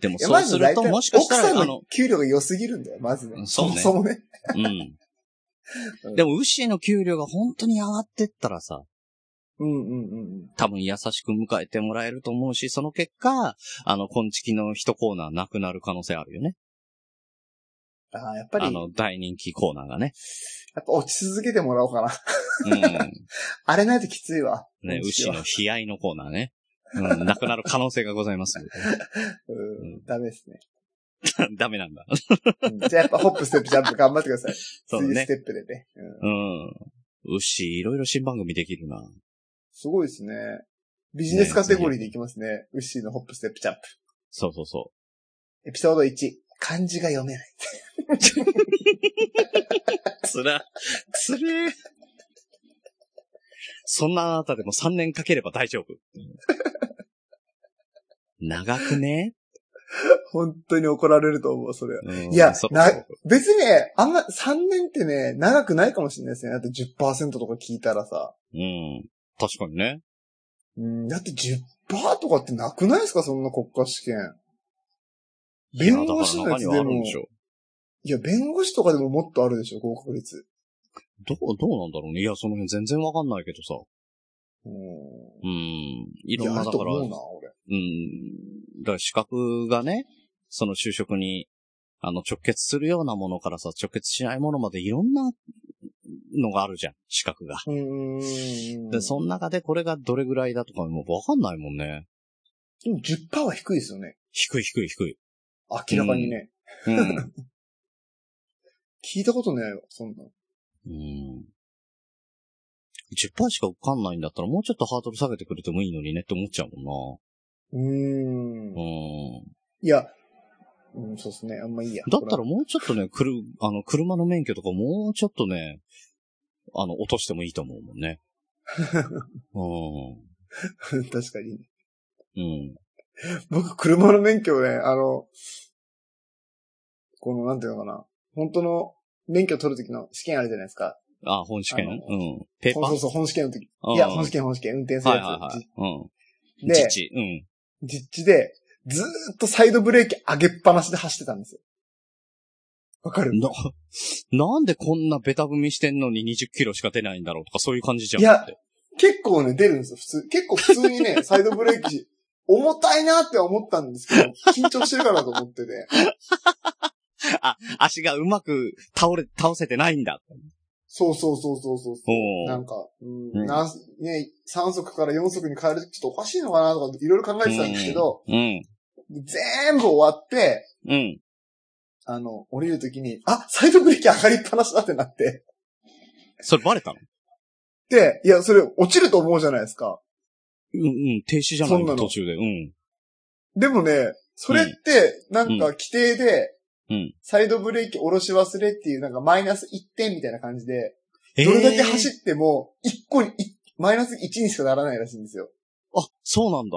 C: でも
D: いや
C: そうすると
D: まず大体
C: もしかしたら
D: 奥さ
C: あ
D: ん
C: の
D: の給料が良すぎるんだよ、まずね。
C: そうね
D: もそもね。
C: うん。でも、ウッシーの給料が本当に上がってったらさ、
D: うんうんうん。
C: 多分優しく迎えてもらえると思うし、その結果、あの、今月の一コーナーなくなる可能性あるよね。
D: ああ、やっぱり、
C: あ
D: やっ
C: の、大人気コーナーがね。
D: ぱ落ち続けてもらおうかな。
C: うん。
D: あれないときついわ。
C: ね、
D: 今週
C: 牛
D: は
C: の悲哀のコーナーね。うん、なくなる可能性がございます。
D: うん、ダメですね。
C: ダメなんだ。
D: うんじゃあやっぱホップ、ステップ、ジャンプ頑張ってくだ さい。
C: そうだ
D: 次ス
C: ね。
D: テップでね。うん
C: うん。牛、いろいろ新番組できるな。
D: すごいですね。ビジネスカテゴリーでいきますね。ウッシーのホップ、ステップ、ジャンプ。
C: そうそうそ
D: エピソード1。漢字が読めない。
C: う。つら、つれーそんなあなたでも3年かければ大 丈夫。長くね、
D: 本当に怒られると思う、それは。
C: うん
D: いや
C: そ、
D: な
C: そう、
D: 別にね、あんま、3年ってね、長くないかもしれないですね。だって10%とか聞いたらさ。
C: うん。確かにね。
D: うん、だって10%とかってなくないですかそんな国家試験。
C: いや
D: 弁護士の
C: だから
D: や
C: 中には
D: つで
C: あるん
D: も
C: で、しょ。
D: いや、弁護士とかでももっとあるでしょ、合格率。
C: どう、どうなんだろうね。いや、その辺全然わかんないけどさ。
D: うん。
C: うん。い
D: い
C: ろん
D: や、あ
C: な、
D: る
C: だ
D: と
C: から、
D: 思うな、俺。
C: うん。だから資格がね、その就職に、あの、直結するようなものからさ、直結しないものまでいろんなのがあるじゃん、資格が。
D: うん。うん
C: で、その中でこれがどれぐらいだとかもうわかんないもんね。
D: でも10%は低いですよね。
C: 低い低い低い。
D: 明らかにね。
C: うん。
D: 聞いたことないわ、そんな。
C: うん。10%しか受かんないんだったらもうちょっとハードル下げてくれてもいいのにねって思っちゃうも
D: うー
C: ん
D: ん。
C: な。
D: い
C: うん。
D: や、うん、そうですね。あんまいいや。
C: だった
D: こ
C: らもうちょっとね、くる、あの、車の免許とかもうちょっとね、あの、落としてもいいと思うもん ね。う
D: れ 確かに。
C: ん。うん。
D: 僕、車の免許をね、あの、この、なんていうのかな。本当の免許取るときの試験あるじゃないですか。
C: あ、本試
D: あ
C: 験
D: の
C: うん。ペーパー
D: そうそうそう、本試験の時。
C: うん
D: いや、本試験、本試験、運転する
C: はい
D: やつ。
C: はいはい
D: じ。
C: うん。
D: で
C: 自治。うん。
D: 実地で、ずーっとサイドブレーキ上げっぱなしで走ってたんですよ。わかる
C: な、 なんでこんなベタ踏みしてんのに20キロしか出ないんだろうとかそういう感じじゃん。
D: いや
C: だって
D: 結構ね、出るんですよ、普通。結構普通に ね、サイドブレーキ、重たいなって思ったんですけど、緊張してるからだと思ってて。
C: 足がうまく倒れ、倒せてないんだ。
D: そうそうそうそうそうそう。
C: お
D: な
C: ー
D: んか、うん
C: うん
D: なんね、3速から4速に変えるとちょっとおかしいのかなとか、いろいろ考えてたんですけど、
C: うん。
D: 全部終わって、
C: うん。
D: あの、降りるときに、あ、サイドブレーキ上がりっぱなしだってなって。
C: それバレたの
D: で、いや、それ落ちると思うじゃないですか。
C: うん、うん。停止じゃな
D: そ
C: い
D: んなの
C: 途中で。うん。
D: でもね、それって、なん
C: うん
D: か規定で、
C: うん
D: サイドブレーキ下ろし忘れっていう、なんかマイナス1点みたいな感じで、
C: え
D: どれだけ走
C: っ
D: っても、1個に、いマイナス1にしかならないらしいんですよ。
C: あ、そうなんだ。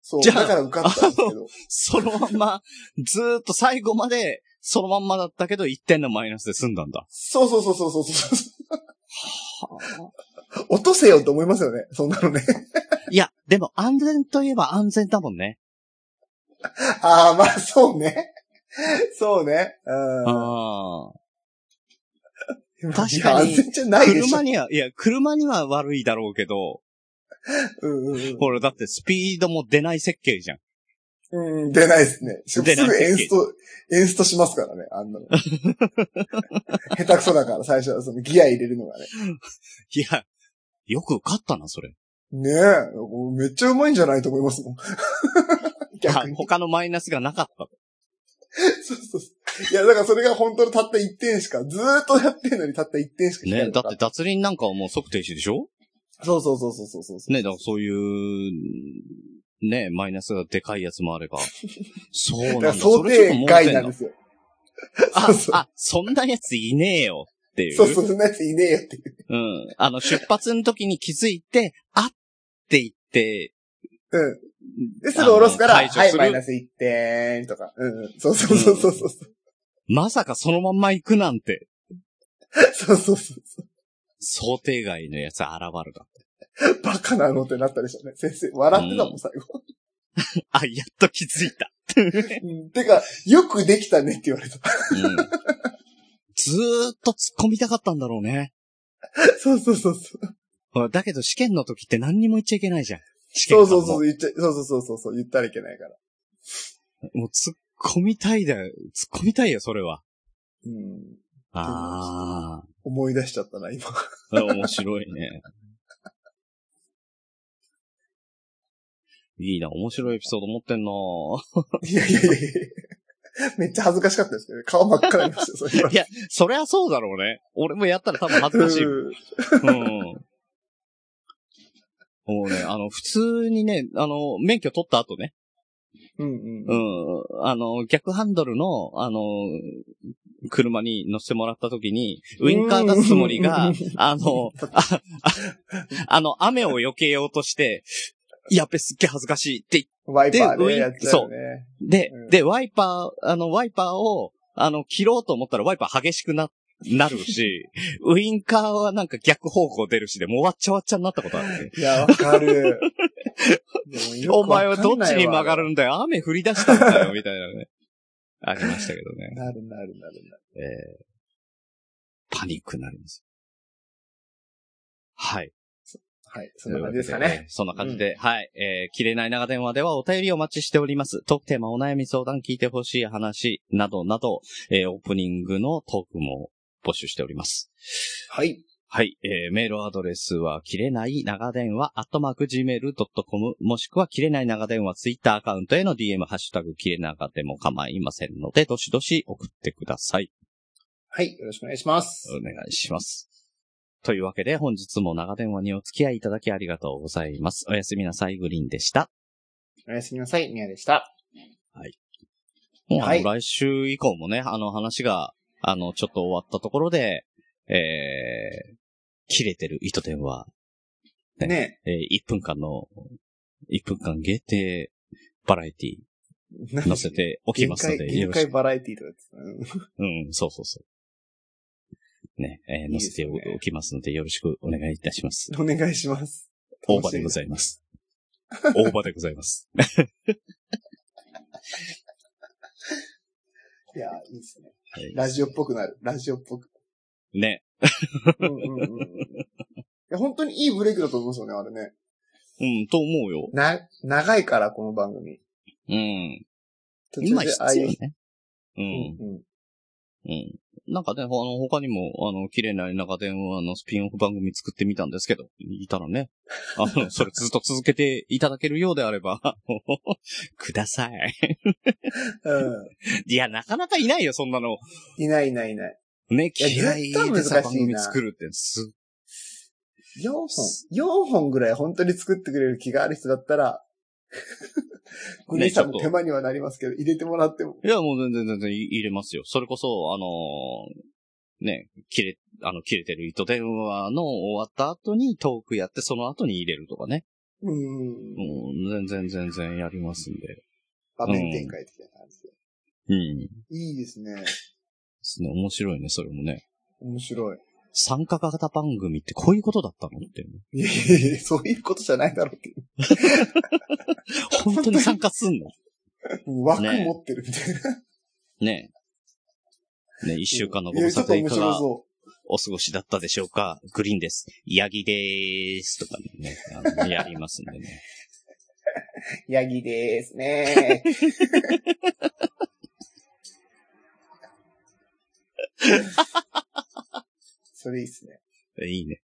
D: そう。
C: じゃあ
D: だから受かったんですけど。
C: そのまんま、ずーっと最後まで、そのまんまだったけど、1点のマイナスで済んだんだ。
D: そうそうそうそうそうそう。落とせよって思いますよね。そんなのね。
C: いや、でも安全といえば安全だもんね。
D: ああ、まあ、そうね。そうね。うん。
C: あ
D: 確
C: かに
D: 安全じゃ
C: あ。
D: ないでしょ
C: 車。には、いや、車には悪いだろうけど、
D: うんうんうん
C: ほら、だってスピードも出ない設計じゃん。
D: うん。出ないですね。すぐ
C: 出ない
D: エンスト、エンストしますからね、あんなの。 下手くそだから、最初はそのギア入れるのがね。
C: いや、よく受かったな、それ。
D: ねえ、めっちゃうまいんじゃないと思います もん。
C: あ
D: 逆に。
C: 他のマイナスがなかった。
D: そうそうそう。いや、だからそれが本当のたった1点しか、ずーっとやってんのにたった1点しか引か
C: ね、
D: な
C: だ
D: か
C: って脱輪なんかはもう即停止でしょ
D: そうそうそうそうそうそうそう。
C: ね、だからそういう、ね、マイナスがでかいやつもあれ ば。そうなんだ。
D: だから想
C: それちょっと
D: 定
C: 盲
D: 外
C: 点
D: な
C: だ
D: んですよ。
C: あ
D: そうそ、う
C: あ、そんなやついねえよっていう。
D: そうそう、そんなやついねえよっていう。
C: うん。あの、出発の時に気づいて、あって言って、
D: うん。で、すぐ下ろすから、
C: あの
D: は
C: 解除
D: い、
C: する
D: マイナス1点とか。うんうん。そうそうそうそうそう。
C: まさかそのまんま行くなんて、
D: そうそうそうそ
C: 想定外のやつ現るだ。
D: う。バカなのってなったでしょうね。先生、笑ってたもん、最後。
C: あ、やっと気づいた。
D: うんてか、よくできたねって言われた。
C: うん。 ずーっと突っ込みたかったんだろうね。
D: そうそうそうそう。
C: うんだけど試験の時って何にも言っちゃいけないじゃん。試験
D: そう
C: 官
D: そ
C: も
D: うそう、言っちゃ、そうそうそうそうそう、言ったらいけないから。
C: もう突っ込みたいだよ。突っ込みたいよ、それは。
D: うん。
C: あ
D: 思い出しちゃったな、今。
C: あ。面白いね。いいな、面白いエピソード持ってんな
D: いやいやいやいやめっちゃ恥ずかしかったですけどね。顔真っ赤になりましたよ、それは。
C: いや、そりゃそうだろうね。俺もやったら多分恥ずかしいもん。う
D: うん
C: ん。もうね、あの、普通にね、あの、免許取った後ね、
D: うん
C: う
D: うん。
C: ん、あの、逆ハンドルの、あの、車に乗せてもらった時に、ウインカー出すつもり
D: う
C: が
D: ん、
C: あの、あ、ああの、雨を避けようとして、やっべ、すっげえ恥ずかしいって
D: ワイパー
C: で
D: ね、
C: ウイン
D: やっちゃうよね。
C: で、
D: うん
C: で、ワイパー、あの、ワイパーを、あの、切ろうと思ったらワイパー激しくな、なるし、ウインカーはなんか逆方向出るしで、もうわっちゃわっちゃになったことある、ね。
D: いや、わかる。でもよ
C: お
D: くわ
C: 前
D: かんないわ
C: はどっちに曲がるんだよ雨降り出したんだよみたいなね。ありましたけどね。
D: なるなるなるなる。
C: えーパニックになります。はい。
D: はい。そんな感じですかね。。
C: そんな感じで、はい。えー、切れない長電話ではお便りをお待ちしております。トークテーマ、お悩み相談、聞いてほしい話、などなど、えー、オープニングのトークも募集しております。
D: はい。
C: はい。えー、メールアドレスは、切れない長電話、アットマーク gmail.com、もしくは、切れない長電話、ツイッターアカウントへの DM、ハッシュタグ、切れ長でも構いませんので、どしどし送ってください。
D: はい。よろしくお願いします。
C: お願いします。というわけで、本日も長電話にお付き合いいただきありがとうございます。おやすみなさい、グリーンでした。
D: おやすみなさい。みやでした。
C: もう、
D: はい
C: あの、来週以降もね、あの話が、あの、ちょっと終わったところで、えー、切れてる糸電話、ね
D: ね
C: えー、1分間の、1分間限定バラエティ
D: え。
C: 載せておきますので、よ
D: 限界、限
C: ろし
D: 界
C: く。
D: バラエティとかです。
C: うん、そうそうそう。ね、えー
D: いいで
C: 載
D: す
C: せて
D: ね
C: おきますので、よろしくお願いいたします。
D: うんお願いします。
C: 大場でございます。大場でございます。
D: いや、いいですね。
C: はい
D: ラジオっぽくなる。ラジオっぽく。
C: ね。
D: うんうんうんうんいや本当にいいブレイクだと思うんですよね、あれね。
C: うん、と思うよ。
D: な、長いから、この番組。
C: うん。
D: 途
C: 今
D: 中で
C: 必
D: ああい
C: 要
D: う。
C: ね。う。
D: うんん。
C: うん。なんかね、あの、他にも、あの、綺麗な中電話のスピンオフ番組作ってみたんですけど、いたらね、あ の、それずっと続けていただけるようであれば、 あのください。
D: うん。
C: いや、なかなかいないよ、そんなの。
D: いないいないいない。
C: ね、
D: いや
C: 嫌いで
D: 絶
C: さ、
D: 対難しいな
C: 番組作るって、す、
D: 4本、4本ぐらい本当に作ってくれる気がある人だったら、グリーンさん
C: ちょ
D: の
C: っと
D: 手間にはなりますけど、入れてもらっても。
C: いや、もう全然全然い入れますよ。それこそ、あのーね、切れ、あの、切れてる糸電話の終わった後にトークやって、その後に入れるとかね。
D: う
C: も
D: ん。
C: う、全然全然やりますんで。
D: 場面展開的な感じで。
C: うん。で
D: いいですね。
C: すね、面白いね、それもね。
D: 面白い。
C: 参加型番組ってこういうことだったのって。
D: いやいやいや、そういうことじゃないだろうっていう。
C: 本当に参加すんの
D: 枠持ってるみたいな。
C: ねえ。ねえ一週間のご
D: い
C: 無
D: やち
C: 沙
D: ょっと
C: 汰い
D: 面
C: か
D: 白
C: が
D: そ
C: お過ごしだったでしょうかグリーンです。ヤギでーす。とかね、あのやりますんでね。
D: う。ヤギでー すね。 それいいっすね。
C: いいね。